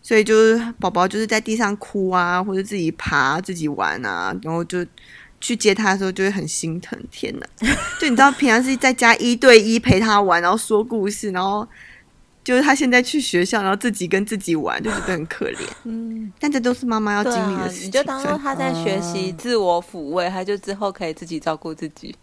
Speaker 2: 所以就是宝宝就是在地上哭啊，或者自己爬、自己玩啊，然后就去接他的时候就会很心疼。天 哪！就你知道，平常是在家一对一陪他玩，然后说故事，然后就是他现在去学校，然后自己跟自己玩，就觉得很可怜。嗯，但这都是妈妈要
Speaker 3: 对
Speaker 2: 经历
Speaker 3: 啊
Speaker 2: 的，事情。
Speaker 3: 你就当
Speaker 2: 真
Speaker 3: 做
Speaker 2: 的
Speaker 3: 他在学习自我抚慰，他就之后可以自己照顾自己，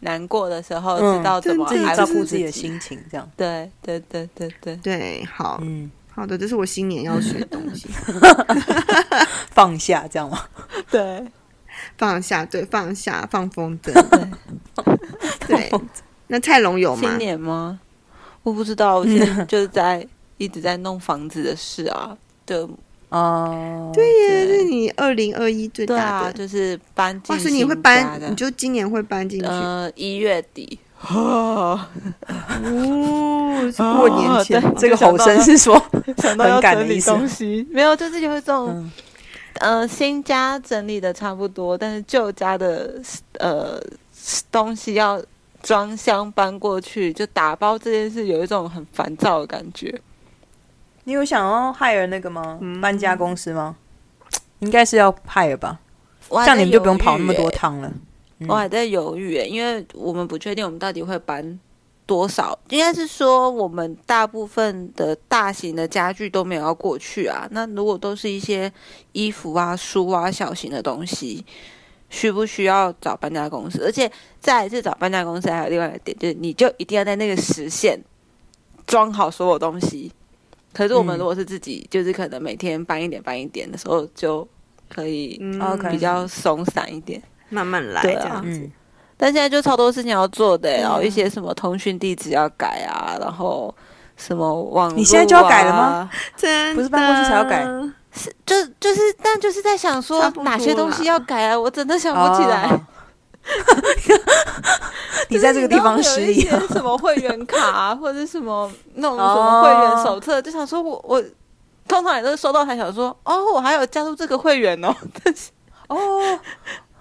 Speaker 3: 难过的时候
Speaker 1: 嗯
Speaker 3: 知道怎么
Speaker 2: 自己
Speaker 3: 安
Speaker 1: 照顾
Speaker 3: 抚
Speaker 1: 自
Speaker 3: 自
Speaker 1: 己的。心情，这样。
Speaker 3: 对对对对对，
Speaker 2: 对，好
Speaker 1: 嗯，
Speaker 2: 好的，这是我新年要学的东西，
Speaker 1: 放下这样吗？
Speaker 3: 对，
Speaker 2: 放下，对，放下，放风筝，
Speaker 1: 放
Speaker 2: 对。那蔡龙有吗
Speaker 3: 新？年吗？我不知道，我现在就是在一直在弄房子的事啊，就
Speaker 1: 哦，
Speaker 2: 对耶，这是你二零二一最
Speaker 3: 对
Speaker 2: 大
Speaker 3: 啊，
Speaker 2: 的。
Speaker 3: 就是搬进
Speaker 2: 哇，所以
Speaker 3: 新
Speaker 2: 你会
Speaker 3: 家
Speaker 2: 搬，
Speaker 3: 的
Speaker 2: 你，就今年会搬进去。
Speaker 3: 呃，一月底，
Speaker 1: 嗯
Speaker 2: 哦，是过年前吗，
Speaker 1: 这个
Speaker 4: 就想
Speaker 1: 吼
Speaker 4: 到
Speaker 1: 声
Speaker 4: 了
Speaker 1: 是说，
Speaker 4: 想到要
Speaker 1: 很赶的
Speaker 4: 整理
Speaker 1: 意思
Speaker 4: 东西，没有，就是有一种
Speaker 1: 嗯
Speaker 3: 呃，新家整理的差不多，但是旧家的呃东西要装箱搬过去，就打包这件事有一种很烦躁的感觉。
Speaker 1: 你有想要 hire 那个吗？搬家公司吗？应该是要 hire 吧，
Speaker 3: 我
Speaker 1: 这
Speaker 3: 还
Speaker 1: 样
Speaker 3: 在
Speaker 1: 你们就不用
Speaker 3: 犹豫
Speaker 1: 跑那么多
Speaker 3: 欸
Speaker 1: 趟了。嗯
Speaker 3: 我还在犹豫欸，因为我们不确定我们到底会搬多少。应该是说，我们大部分的大型的家具都没有要过去啊。那如果都是一些衣服啊、书啊、小型的东西，需不需要找搬家公司？而且再一次找搬家公司还有另外一个点，就是你就一定要在那个时限装好所有东西。可是我
Speaker 1: 嗯
Speaker 3: 们如果是自己，就是可能每天搬一点搬一点的时候，就可以
Speaker 2: 嗯
Speaker 1: OK
Speaker 3: 比较松散一点。
Speaker 2: 慢慢来这
Speaker 3: 对啊
Speaker 2: 样子。
Speaker 1: 嗯，
Speaker 3: 但现在就超多事情要做的、欸
Speaker 2: 啊
Speaker 3: 然后一些什么通讯地址要改啊，然后什么网、啊，
Speaker 1: 你现在就要改了吗？
Speaker 2: 真
Speaker 1: 不是搬过去才要改
Speaker 2: 的
Speaker 3: 就就是，但就是在想说
Speaker 2: 差不多啦
Speaker 3: 哪些东西要改啊，我真的想不起来。
Speaker 1: 哦。你在这个地方失
Speaker 3: 就是你
Speaker 1: 忆
Speaker 3: 知
Speaker 1: 了
Speaker 3: 道会有一些什么会员卡、 啊、或者什么那种什么会员手册，就想说我我通常也都是收到才想说哦，我还有加入这个会员哦，但是
Speaker 1: 哦，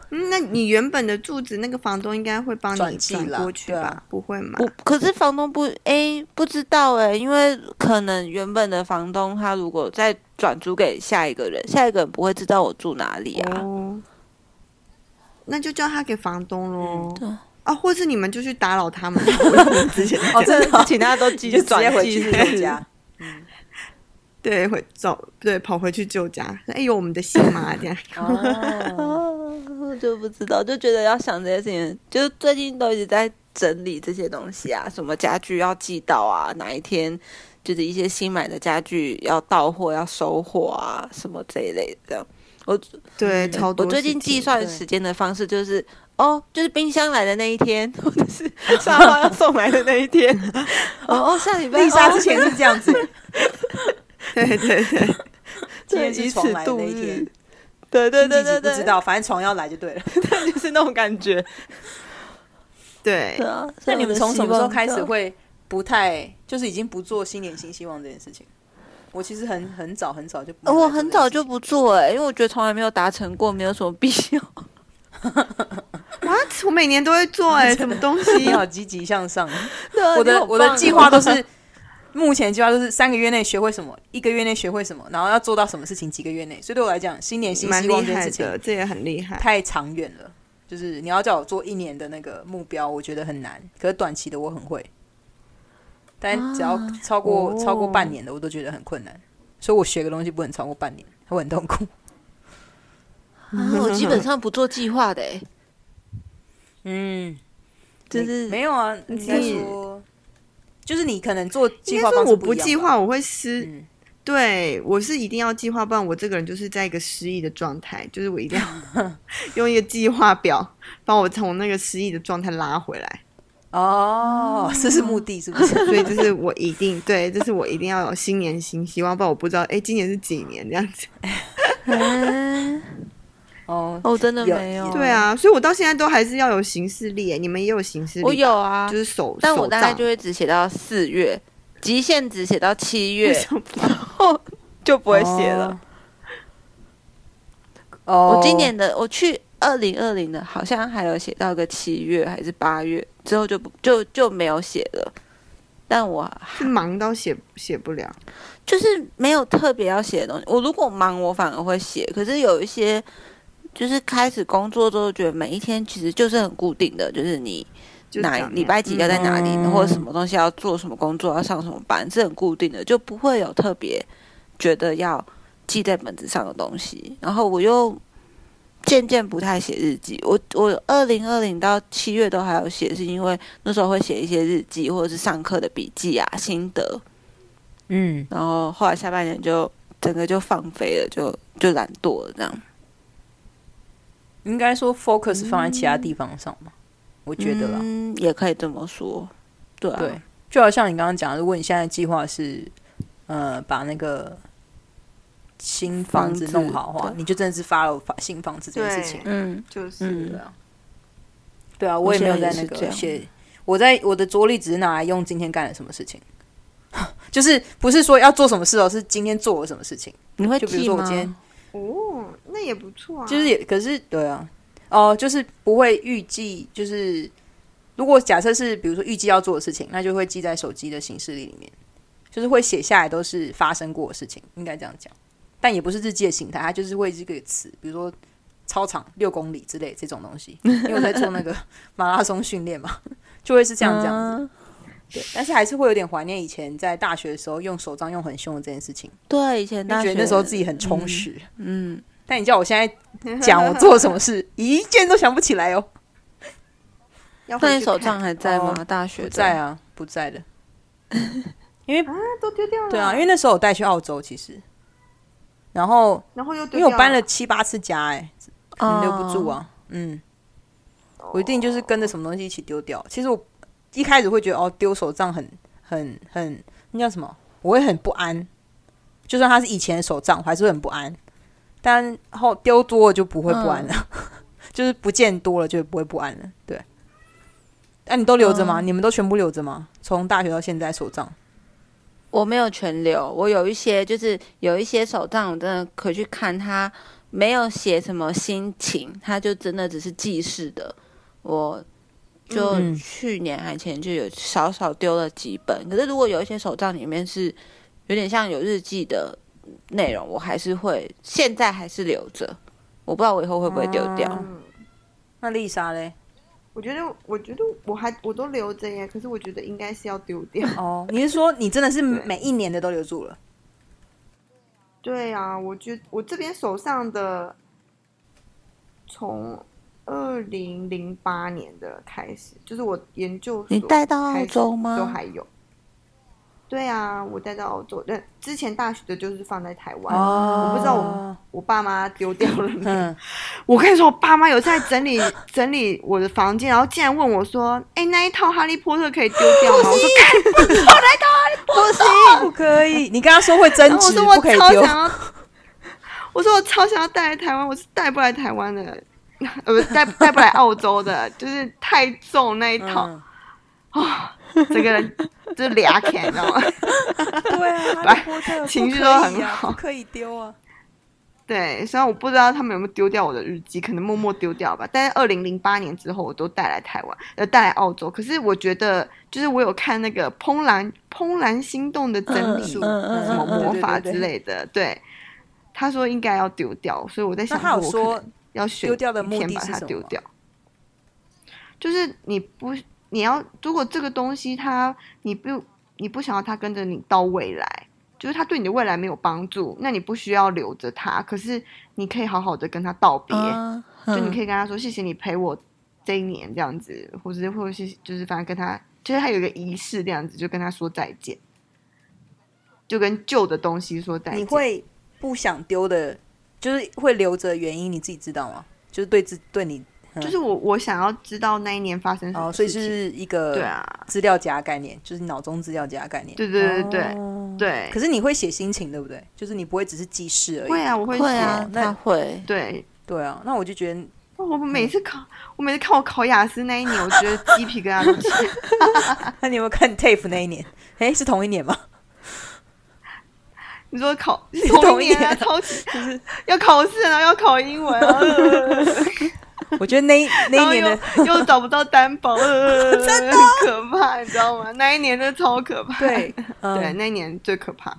Speaker 2: 嗯，那你原本的住址那个房东应该会帮你
Speaker 1: 转寄
Speaker 2: 转
Speaker 1: 啦
Speaker 2: 过去
Speaker 1: 对
Speaker 2: 吧
Speaker 1: 啊？
Speaker 2: 不会吗？
Speaker 3: 不，可是房东不诶，不知道诶，因为可能原本的房东他如果再转租给下一个人，下一个人不会知道我住哪里啊。
Speaker 2: 哦，那就叫他给房东
Speaker 1: 嗯
Speaker 2: 喽。
Speaker 3: 对
Speaker 2: 啊，或是你们就去打扰他们。我们之前在
Speaker 1: 哦，真的哦，
Speaker 4: 请大家都
Speaker 1: 你
Speaker 4: 记
Speaker 1: 就直接
Speaker 4: 转
Speaker 1: 回
Speaker 4: 寄
Speaker 1: 去
Speaker 4: 是
Speaker 1: 自己家。
Speaker 2: 对，回走对，跑回去舅家。哎，有我们的信吗？这样
Speaker 1: 哦，
Speaker 4: 嗯
Speaker 3: 哦，就不知道，就觉得要想这些事情，就是最近都一直在整理这些东西啊，什么家具要寄到啊，哪一天就是一些新买的家具要到货、要收货啊，什么这一类的这样。我
Speaker 2: 对，超多
Speaker 3: 我
Speaker 2: 事情。
Speaker 3: 最近计算
Speaker 1: 对
Speaker 3: 时间的方式就是，哦，就是冰箱来的那一天， 或者是
Speaker 4: 沙发要送来的那一天，
Speaker 3: 哦哦下礼拜
Speaker 1: 丽莎
Speaker 3: 哦
Speaker 1: 之前是这样子，
Speaker 2: 对对对，
Speaker 1: 今天
Speaker 4: 对，以
Speaker 1: 是
Speaker 4: 此
Speaker 1: 床来的
Speaker 4: 度
Speaker 1: 那一
Speaker 4: 日
Speaker 1: 天，。
Speaker 4: 对对
Speaker 1: 星
Speaker 4: 对
Speaker 1: 期
Speaker 4: 对
Speaker 1: 几
Speaker 4: 对，
Speaker 1: 不知，道，反正床要来就对了。
Speaker 4: 就是那种感觉。
Speaker 3: 对
Speaker 2: 对，
Speaker 3: 啊。所
Speaker 1: 那
Speaker 3: 以
Speaker 1: 你
Speaker 3: 我
Speaker 1: 们
Speaker 3: 的
Speaker 1: 从
Speaker 3: 希
Speaker 1: 什么时候
Speaker 3: 望
Speaker 1: 开始
Speaker 3: 就
Speaker 1: 会不太，就是已经不做新年新希望这件事情？我其实很很早很早就不，
Speaker 3: 呃哦我很早就不做哎、因为我觉得从来没有达成过，没有什么必要。
Speaker 2: 哇，我每年都会 做哎，什么东西
Speaker 1: 你？好积极向上。
Speaker 3: 对啊
Speaker 1: 我
Speaker 3: 你
Speaker 1: 的
Speaker 3: 好
Speaker 1: 我的
Speaker 3: 棒
Speaker 1: 计
Speaker 3: 哦
Speaker 1: 划都 是，目前计划都是三个月内学会什么，一个月内学会什么，然后要做到什么事情几个月内。所以对我来讲，新年新
Speaker 2: 蛮
Speaker 1: 希
Speaker 2: 厉
Speaker 1: 望这件
Speaker 2: 害
Speaker 1: 事情
Speaker 2: 的，这也很厉害。
Speaker 1: 太长远了。就是你要叫我做一年的那个目标，我觉得很难。可是短期的我很会，但只要超过、超过半年的，我都觉得很困难。所以我学个东西不能超过半年， 会很痛苦。
Speaker 3: 啊，我基本上不做计划的、欸，
Speaker 1: 嗯，
Speaker 3: 就
Speaker 1: 没
Speaker 3: 是
Speaker 1: 没有啊，
Speaker 2: 你
Speaker 1: 应该说就是你可能做计
Speaker 2: 应
Speaker 1: 划
Speaker 2: 该
Speaker 1: 方
Speaker 2: 说
Speaker 1: 式
Speaker 2: 我
Speaker 1: 不一样吧
Speaker 2: 计划，，我会失。
Speaker 1: 嗯
Speaker 2: 对，我是一定要计划，不然我这个人就是在一个失忆的状态，就是我一定要 用一个计划表把我从那个失忆的状态拉回来。
Speaker 1: 哦，这是目的是不是？
Speaker 2: 所以这是我一定对，这是我一定要有新年新希望，不然我不知道哎，今年是几年这样子。
Speaker 3: 嗯，
Speaker 1: 哦，
Speaker 3: 哦，真的
Speaker 1: 有
Speaker 3: 没有，
Speaker 2: 对，啊，所以我到现在都还是要有行事历哎，你们也有行事历吧，
Speaker 3: 我有啊
Speaker 2: 就，是手，
Speaker 3: 但我
Speaker 2: 手
Speaker 3: 大概
Speaker 2: 账
Speaker 3: 就会只写到四月，极限只写到七
Speaker 2: 为
Speaker 3: 月，
Speaker 2: 什么
Speaker 4: 就不会写了。
Speaker 1: 哦。
Speaker 3: 我今年的我去二零二零的，好像还有写到个七月还是八月，之后就不就就没有写了。但我
Speaker 2: 是忙到写写不了？
Speaker 3: 就是没有特别要写的东西。我如果忙，我反而会写。可是有一些，就是开始工作之后，觉得每一天其实就是很固定的，就是你
Speaker 2: 就
Speaker 3: 哪
Speaker 2: 长那
Speaker 3: 礼拜几要在哪里，
Speaker 1: 嗯
Speaker 3: 或者什么东西要做什么工作，要上什么班，是很固定的，就不会有特别觉得要记在本子上的东西。然后我又渐渐不太写日记，我我二零二零到七月都还有写，是因为那时候会写一些日记或者是上课的笔记啊、心得，
Speaker 1: 嗯，
Speaker 3: 然后后来下半年就整个就放飞了，就就懒惰了这样。
Speaker 1: 应该说 focus 放在其他地方上嘛，我觉得啦。
Speaker 3: 嗯，也可以这么说，对啊，
Speaker 1: 对，就好像你刚刚讲的，如果你现在计划是呃把那个新房子
Speaker 3: 房
Speaker 1: 弄
Speaker 3: 子
Speaker 1: 好的话
Speaker 3: 对，
Speaker 1: 你就真的是发了新房子这件事情。
Speaker 3: 嗯，
Speaker 2: 就是
Speaker 3: 嗯
Speaker 2: 啊
Speaker 1: 对啊，我也没有在那
Speaker 3: 现在也是这
Speaker 1: 个
Speaker 3: 样
Speaker 1: 写，我在我的着力只是拿来用今天干了什么事情， 就是不是说要做什么事哦，是今天做了什么事情。
Speaker 3: 你会
Speaker 1: 就比如
Speaker 3: 记
Speaker 1: 说我
Speaker 3: 吗
Speaker 1: 今天
Speaker 2: 哦，那也不错啊。
Speaker 1: 就是也可是对啊，哦、就是不会预计，就是如果假设是比如说预计要做的事情，那就会记在手机的行事历里面，就是会写下来都是发生过的事情，应该这样讲，但也不是日记的形态，它就是会这个词，比如说。操场六公里之类这种东西，因为我在做那个 马拉松训练嘛，就会是这样这样
Speaker 3: 嗯
Speaker 1: 子。对，但是还是会有点怀念以前在大学的时候用手账用很凶的这件事情，
Speaker 3: 对，以前
Speaker 1: 就
Speaker 3: 大
Speaker 1: 觉
Speaker 3: 学
Speaker 1: 得那时候自己很充
Speaker 3: 嗯
Speaker 1: 实。
Speaker 3: 嗯，
Speaker 1: 但你叫我现在讲我做了什么事，一件都想不起来哦。
Speaker 2: 要回
Speaker 3: 那你
Speaker 2: 去
Speaker 3: 手
Speaker 2: 看
Speaker 3: 账啊还在吗？
Speaker 1: 哦
Speaker 3: 大 学
Speaker 1: 不
Speaker 3: 的
Speaker 1: 在啊，不在的。因为
Speaker 2: 啊，都丢掉了。
Speaker 1: 对啊，因为那时候我带去澳洲，其实，然后
Speaker 2: 然后又丢
Speaker 1: 因为我
Speaker 2: 掉
Speaker 1: 搬了七八次家、哎，可能留不住
Speaker 3: 哦
Speaker 1: 啊。嗯，我一定就是跟着什么东西一起丢掉。其实我一开始会觉得哦，丢手账很很很那叫什么？我会很不安。就算它是以前的手账，我还是会很不安。但后丢多了就不会不安了，就是不见多了就不会不安了。对。那、你都留着吗？你们都全部留着吗？从大学到现在手账，
Speaker 3: 我没有全留，我有一些就是有一些手账，我真的可以去看它，没有写什么心情，它就真的只是记事的。我就
Speaker 1: 嗯
Speaker 3: 去年还前年就有少少丢了几本，可是如果有一些手账里面是有点像有日记的内容，我还是会现在还是留着，我不知道我以后会不会丢掉。
Speaker 1: 啊
Speaker 2: 嗯，
Speaker 1: 那丽莎嘞？
Speaker 2: 我觉得，我觉得我还我都留着耶，可是我觉得应该是要丢掉。
Speaker 1: 哦，你是说你真的是每一年的都留住了？
Speaker 2: 对啊，我觉我这边手上的，从二零零八年的开始，就是我研究所
Speaker 3: 你带到
Speaker 2: 开始
Speaker 3: 澳洲吗
Speaker 2: 都还有。哦对啊，我带到澳洲，但之前大学的就是放在台湾。
Speaker 1: 哦
Speaker 2: 我不知道我我爸妈丢掉了没有？
Speaker 1: 嗯，
Speaker 2: 我跟你说，我爸妈有在整理 整理我的房间，然后竟然问我说：“哎、那一套《哈利波特》可以丢掉吗？”我说：“干
Speaker 1: 不可以，你跟他说会
Speaker 2: 然
Speaker 1: 增
Speaker 2: 后我
Speaker 1: 值，
Speaker 2: 说我
Speaker 1: 不可以
Speaker 2: 超
Speaker 1: 丢。
Speaker 2: 想要，我说我超想要带来台湾，我是带不来台湾的， 呃，不带带不来澳洲的，就是太重那一套，哦
Speaker 1: 嗯，
Speaker 2: 整个人就俩开，你知道吗？
Speaker 1: 对啊，哈
Speaker 2: 把
Speaker 1: 利波特不
Speaker 2: 情绪
Speaker 1: 可
Speaker 2: 都
Speaker 1: 以
Speaker 2: 很
Speaker 1: 啊
Speaker 2: 好
Speaker 1: 不可以丢 啊。
Speaker 2: 对，虽然我不知道他们有没有丢掉我的日记，可能默默丢掉吧。但是二零零八年之后，我都带来台湾，呃，带来澳洲。可是我觉得，就是我有看那个《怦然怦然心动》的整理术，
Speaker 3: 嗯嗯嗯
Speaker 2: 什么
Speaker 1: 嗯嗯
Speaker 2: 魔法
Speaker 1: 对对对
Speaker 2: 之类的，对。他说应该要丢掉，所以我在
Speaker 1: 那
Speaker 2: 想，
Speaker 1: 他有
Speaker 2: 我可
Speaker 1: 说
Speaker 2: 能要选
Speaker 1: 丢掉的
Speaker 2: 一
Speaker 1: 目
Speaker 2: 天
Speaker 1: 的
Speaker 2: 把
Speaker 1: 是
Speaker 2: 它
Speaker 1: 什
Speaker 2: 丢
Speaker 1: 么
Speaker 2: 掉。就是你不，你要如果这个东西它你不你不想要它跟着你到未来，就是它对你的未来没有帮助，那你不需要留着它。可是你可以好好的跟它道别，
Speaker 1: 嗯
Speaker 3: 啊
Speaker 2: 就你可
Speaker 3: 以
Speaker 2: 以跟他说谢谢你陪我这一年这样子，或者是或者是就是反正跟他就是他有一个仪式这样子，就跟他说再见，就跟旧的东西说再见。
Speaker 1: 你会不想丢的，就是会留着的原因，你自己知道吗？就是对自对你
Speaker 2: 就是我我想要知道那一年发生什
Speaker 1: 哦，
Speaker 2: 么
Speaker 1: 所以
Speaker 2: 事情。
Speaker 1: 是一
Speaker 2: 嗯对
Speaker 1: 个
Speaker 2: 啊，
Speaker 1: 资料夹概念，就是脑中资料夹概念。
Speaker 2: 对对对对
Speaker 1: 哦
Speaker 2: 对
Speaker 1: 可，是你会写心情，对不对？就是你不会只是记事而
Speaker 2: 会
Speaker 1: 已。
Speaker 2: 啊，我会
Speaker 3: 会
Speaker 2: 写
Speaker 3: 啊，
Speaker 1: 那
Speaker 3: 他会
Speaker 2: 对。
Speaker 1: 对啊，那我就觉得
Speaker 2: 哦我每次考，我每次看我考雅思那一年，我觉得鸡皮疙瘩都 起来。
Speaker 1: 那你有没有看 TAFE 那一年？ 诶，是同一年吗？
Speaker 2: 你说考
Speaker 1: 是
Speaker 2: 同
Speaker 1: 同
Speaker 2: 一
Speaker 1: 一
Speaker 2: 年啊，
Speaker 1: 年
Speaker 2: 超级要考试，然后要考英文，呃
Speaker 1: 我觉得 那一 那
Speaker 2: 然
Speaker 1: 一
Speaker 2: 后
Speaker 1: 年
Speaker 2: 又
Speaker 1: 的
Speaker 2: 又找不到担保， 呃真的很可怕，你知道吗？那一年真的超可怕。
Speaker 1: 对，
Speaker 2: 对，
Speaker 1: 嗯，
Speaker 2: 那一年最可 怕，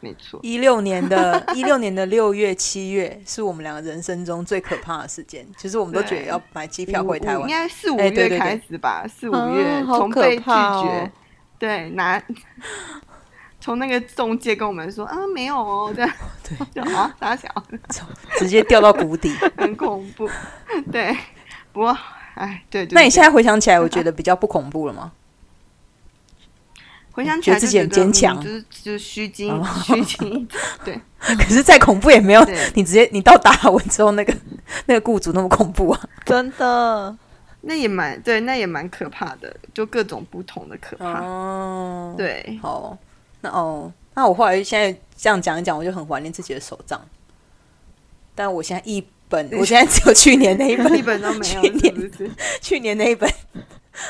Speaker 2: 没错。
Speaker 1: 一六年的 一六年的六月、七月是我们两个人生中最可怕的时间，就是我们都觉得
Speaker 2: 对
Speaker 1: 要买机票回台
Speaker 2: 五五
Speaker 1: 湾
Speaker 2: 应。该四五
Speaker 1: 哎对对
Speaker 2: 月
Speaker 1: 对
Speaker 2: 开始吧，四五
Speaker 3: 啊
Speaker 2: 月
Speaker 3: 好
Speaker 2: 从
Speaker 3: 可
Speaker 2: 被拒
Speaker 3: 怕哦
Speaker 2: 绝，对，拿 从那个中介跟我们说啊，没有哦，这样
Speaker 1: 对，
Speaker 2: 就啊，傻小，
Speaker 1: 直接掉到谷底。
Speaker 2: 很恐怖，对，不过哎，对，就是
Speaker 1: 那你
Speaker 2: 这
Speaker 1: 现
Speaker 2: 样
Speaker 1: 在回想起来，我觉得比较不恐怖了吗？
Speaker 2: 回想起
Speaker 1: 觉
Speaker 2: 来
Speaker 1: 得自
Speaker 2: 就
Speaker 1: 己很
Speaker 2: 觉得
Speaker 1: 坚
Speaker 2: 嗯
Speaker 1: 强
Speaker 2: 就是就是虚惊
Speaker 1: 哦
Speaker 2: 虚惊，对，
Speaker 1: 可是再恐怖也没有
Speaker 2: 对
Speaker 1: 你直接你到达尔文之后那个 那个雇主那么恐怖啊。
Speaker 4: 真的，
Speaker 2: 那也蛮对，那也蛮啊可怕的，就各种不同的可怕，
Speaker 1: 哦，
Speaker 2: 对，
Speaker 1: 好，那哦，那我后来现在这样讲一讲，我就很怀念自己的手账，但我现在一本，我现在只有去年那一本，
Speaker 2: 一本都没有，
Speaker 1: 去
Speaker 2: 是
Speaker 1: 年
Speaker 2: 不是？
Speaker 1: 去年那一本，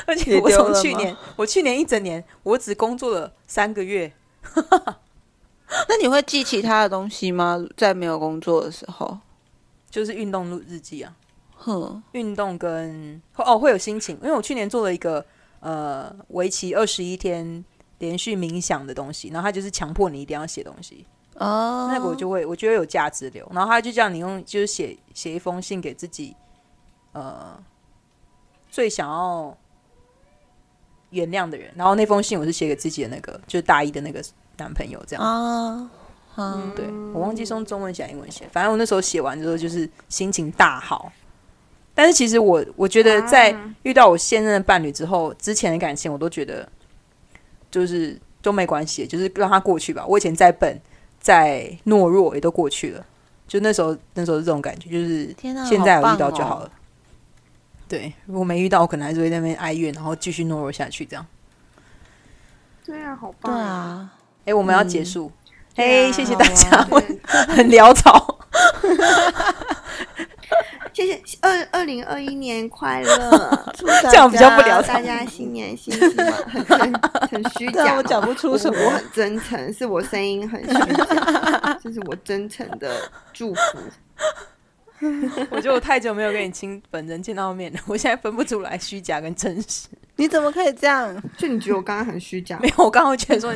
Speaker 1: 而且
Speaker 4: 也
Speaker 1: 我
Speaker 4: 丢
Speaker 1: 从
Speaker 4: 了
Speaker 1: 去
Speaker 4: 吗
Speaker 1: 年，我去年一整年，我只工作了三个月，
Speaker 3: 那你会记其他的东西吗？在没有工作的时候，
Speaker 1: 就是运动日日记啊，
Speaker 3: 哼，
Speaker 1: 运动跟哦会有心情，因为我去年做了一个呃为期二十一天连续冥想的东西，然后它就是强迫你一定要写东西，
Speaker 3: 哦，
Speaker 1: 那个我就会我觉得有价值流，然后他就叫你用就是写写一封信给自己，呃最想要原谅的人，然后那封信我是写给自己的那个就是大一的那个男朋友这样，
Speaker 3: 啊，嗯，
Speaker 1: 对我忘记是用中文写还是英文写，反正我那时候写完之后就是心情大好。但是其实我我觉得在遇到我现任的伴侣之后，之前的感情我都觉得就是都没关系，就是让它过去吧。我以前再笨再懦弱也都过去了，就那时候那时候是这种感觉，就是
Speaker 3: 天哪，
Speaker 1: 现在有
Speaker 3: 好
Speaker 1: 遇到
Speaker 3: 棒
Speaker 1: 就好了。
Speaker 3: 哦。
Speaker 1: 对，如果没遇到，我可能还是会在那边哀怨，然后继续懦弱下去这样。
Speaker 2: 对啊，好
Speaker 3: 对
Speaker 2: 棒！
Speaker 3: 啊，
Speaker 1: 哎、我们要结束，
Speaker 2: 对
Speaker 1: 嘿、
Speaker 2: 啊
Speaker 1: 谢谢大
Speaker 3: 好
Speaker 1: 家
Speaker 3: 嗯啊，
Speaker 1: 我
Speaker 2: 对
Speaker 1: 很潦草。
Speaker 2: 谢谢二二零二一年快 乐，祝大家
Speaker 1: 这样比较不了解
Speaker 2: 啊大家新年新希望，很很很虚
Speaker 4: 对啊，
Speaker 2: 假，
Speaker 4: 我讲不出什
Speaker 2: 我
Speaker 4: 么。
Speaker 2: 很真诚，是我声音很虚假，这是我真诚的祝福。
Speaker 1: 我觉得我太久没有跟你亲本人见到面了，我现在分不出来虚假跟真实。
Speaker 4: 你怎么可以这样？
Speaker 2: 就你觉得我刚刚很虚假
Speaker 1: 没，有，我刚刚觉得 说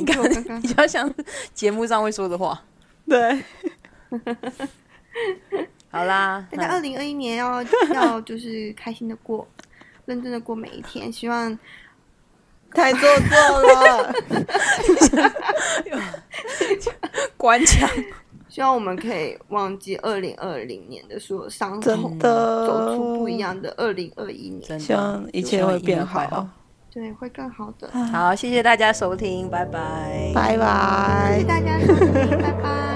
Speaker 1: 你
Speaker 2: 以你觉
Speaker 1: 刚
Speaker 2: 得我刚
Speaker 1: 刚
Speaker 2: 刚
Speaker 1: 比较像节目上会说的话。
Speaker 4: 对，
Speaker 1: 好啦，
Speaker 2: 大家
Speaker 1: 那
Speaker 2: 二零二一年要要就是开心的过，认真的过每一天，希望
Speaker 4: 太做作 了。
Speaker 1: 关卡
Speaker 2: 希望我们可以忘记二零二零年的所有伤
Speaker 4: 真
Speaker 2: 痛，
Speaker 4: 的
Speaker 2: 走出不一，样的二零二一年，
Speaker 1: 真
Speaker 4: 希望
Speaker 1: 的
Speaker 4: 一切会变好。。
Speaker 2: 对，会更好的。
Speaker 1: 好，谢谢大家收听，拜拜。
Speaker 4: 拜拜
Speaker 2: 谢谢。大家收听，拜拜。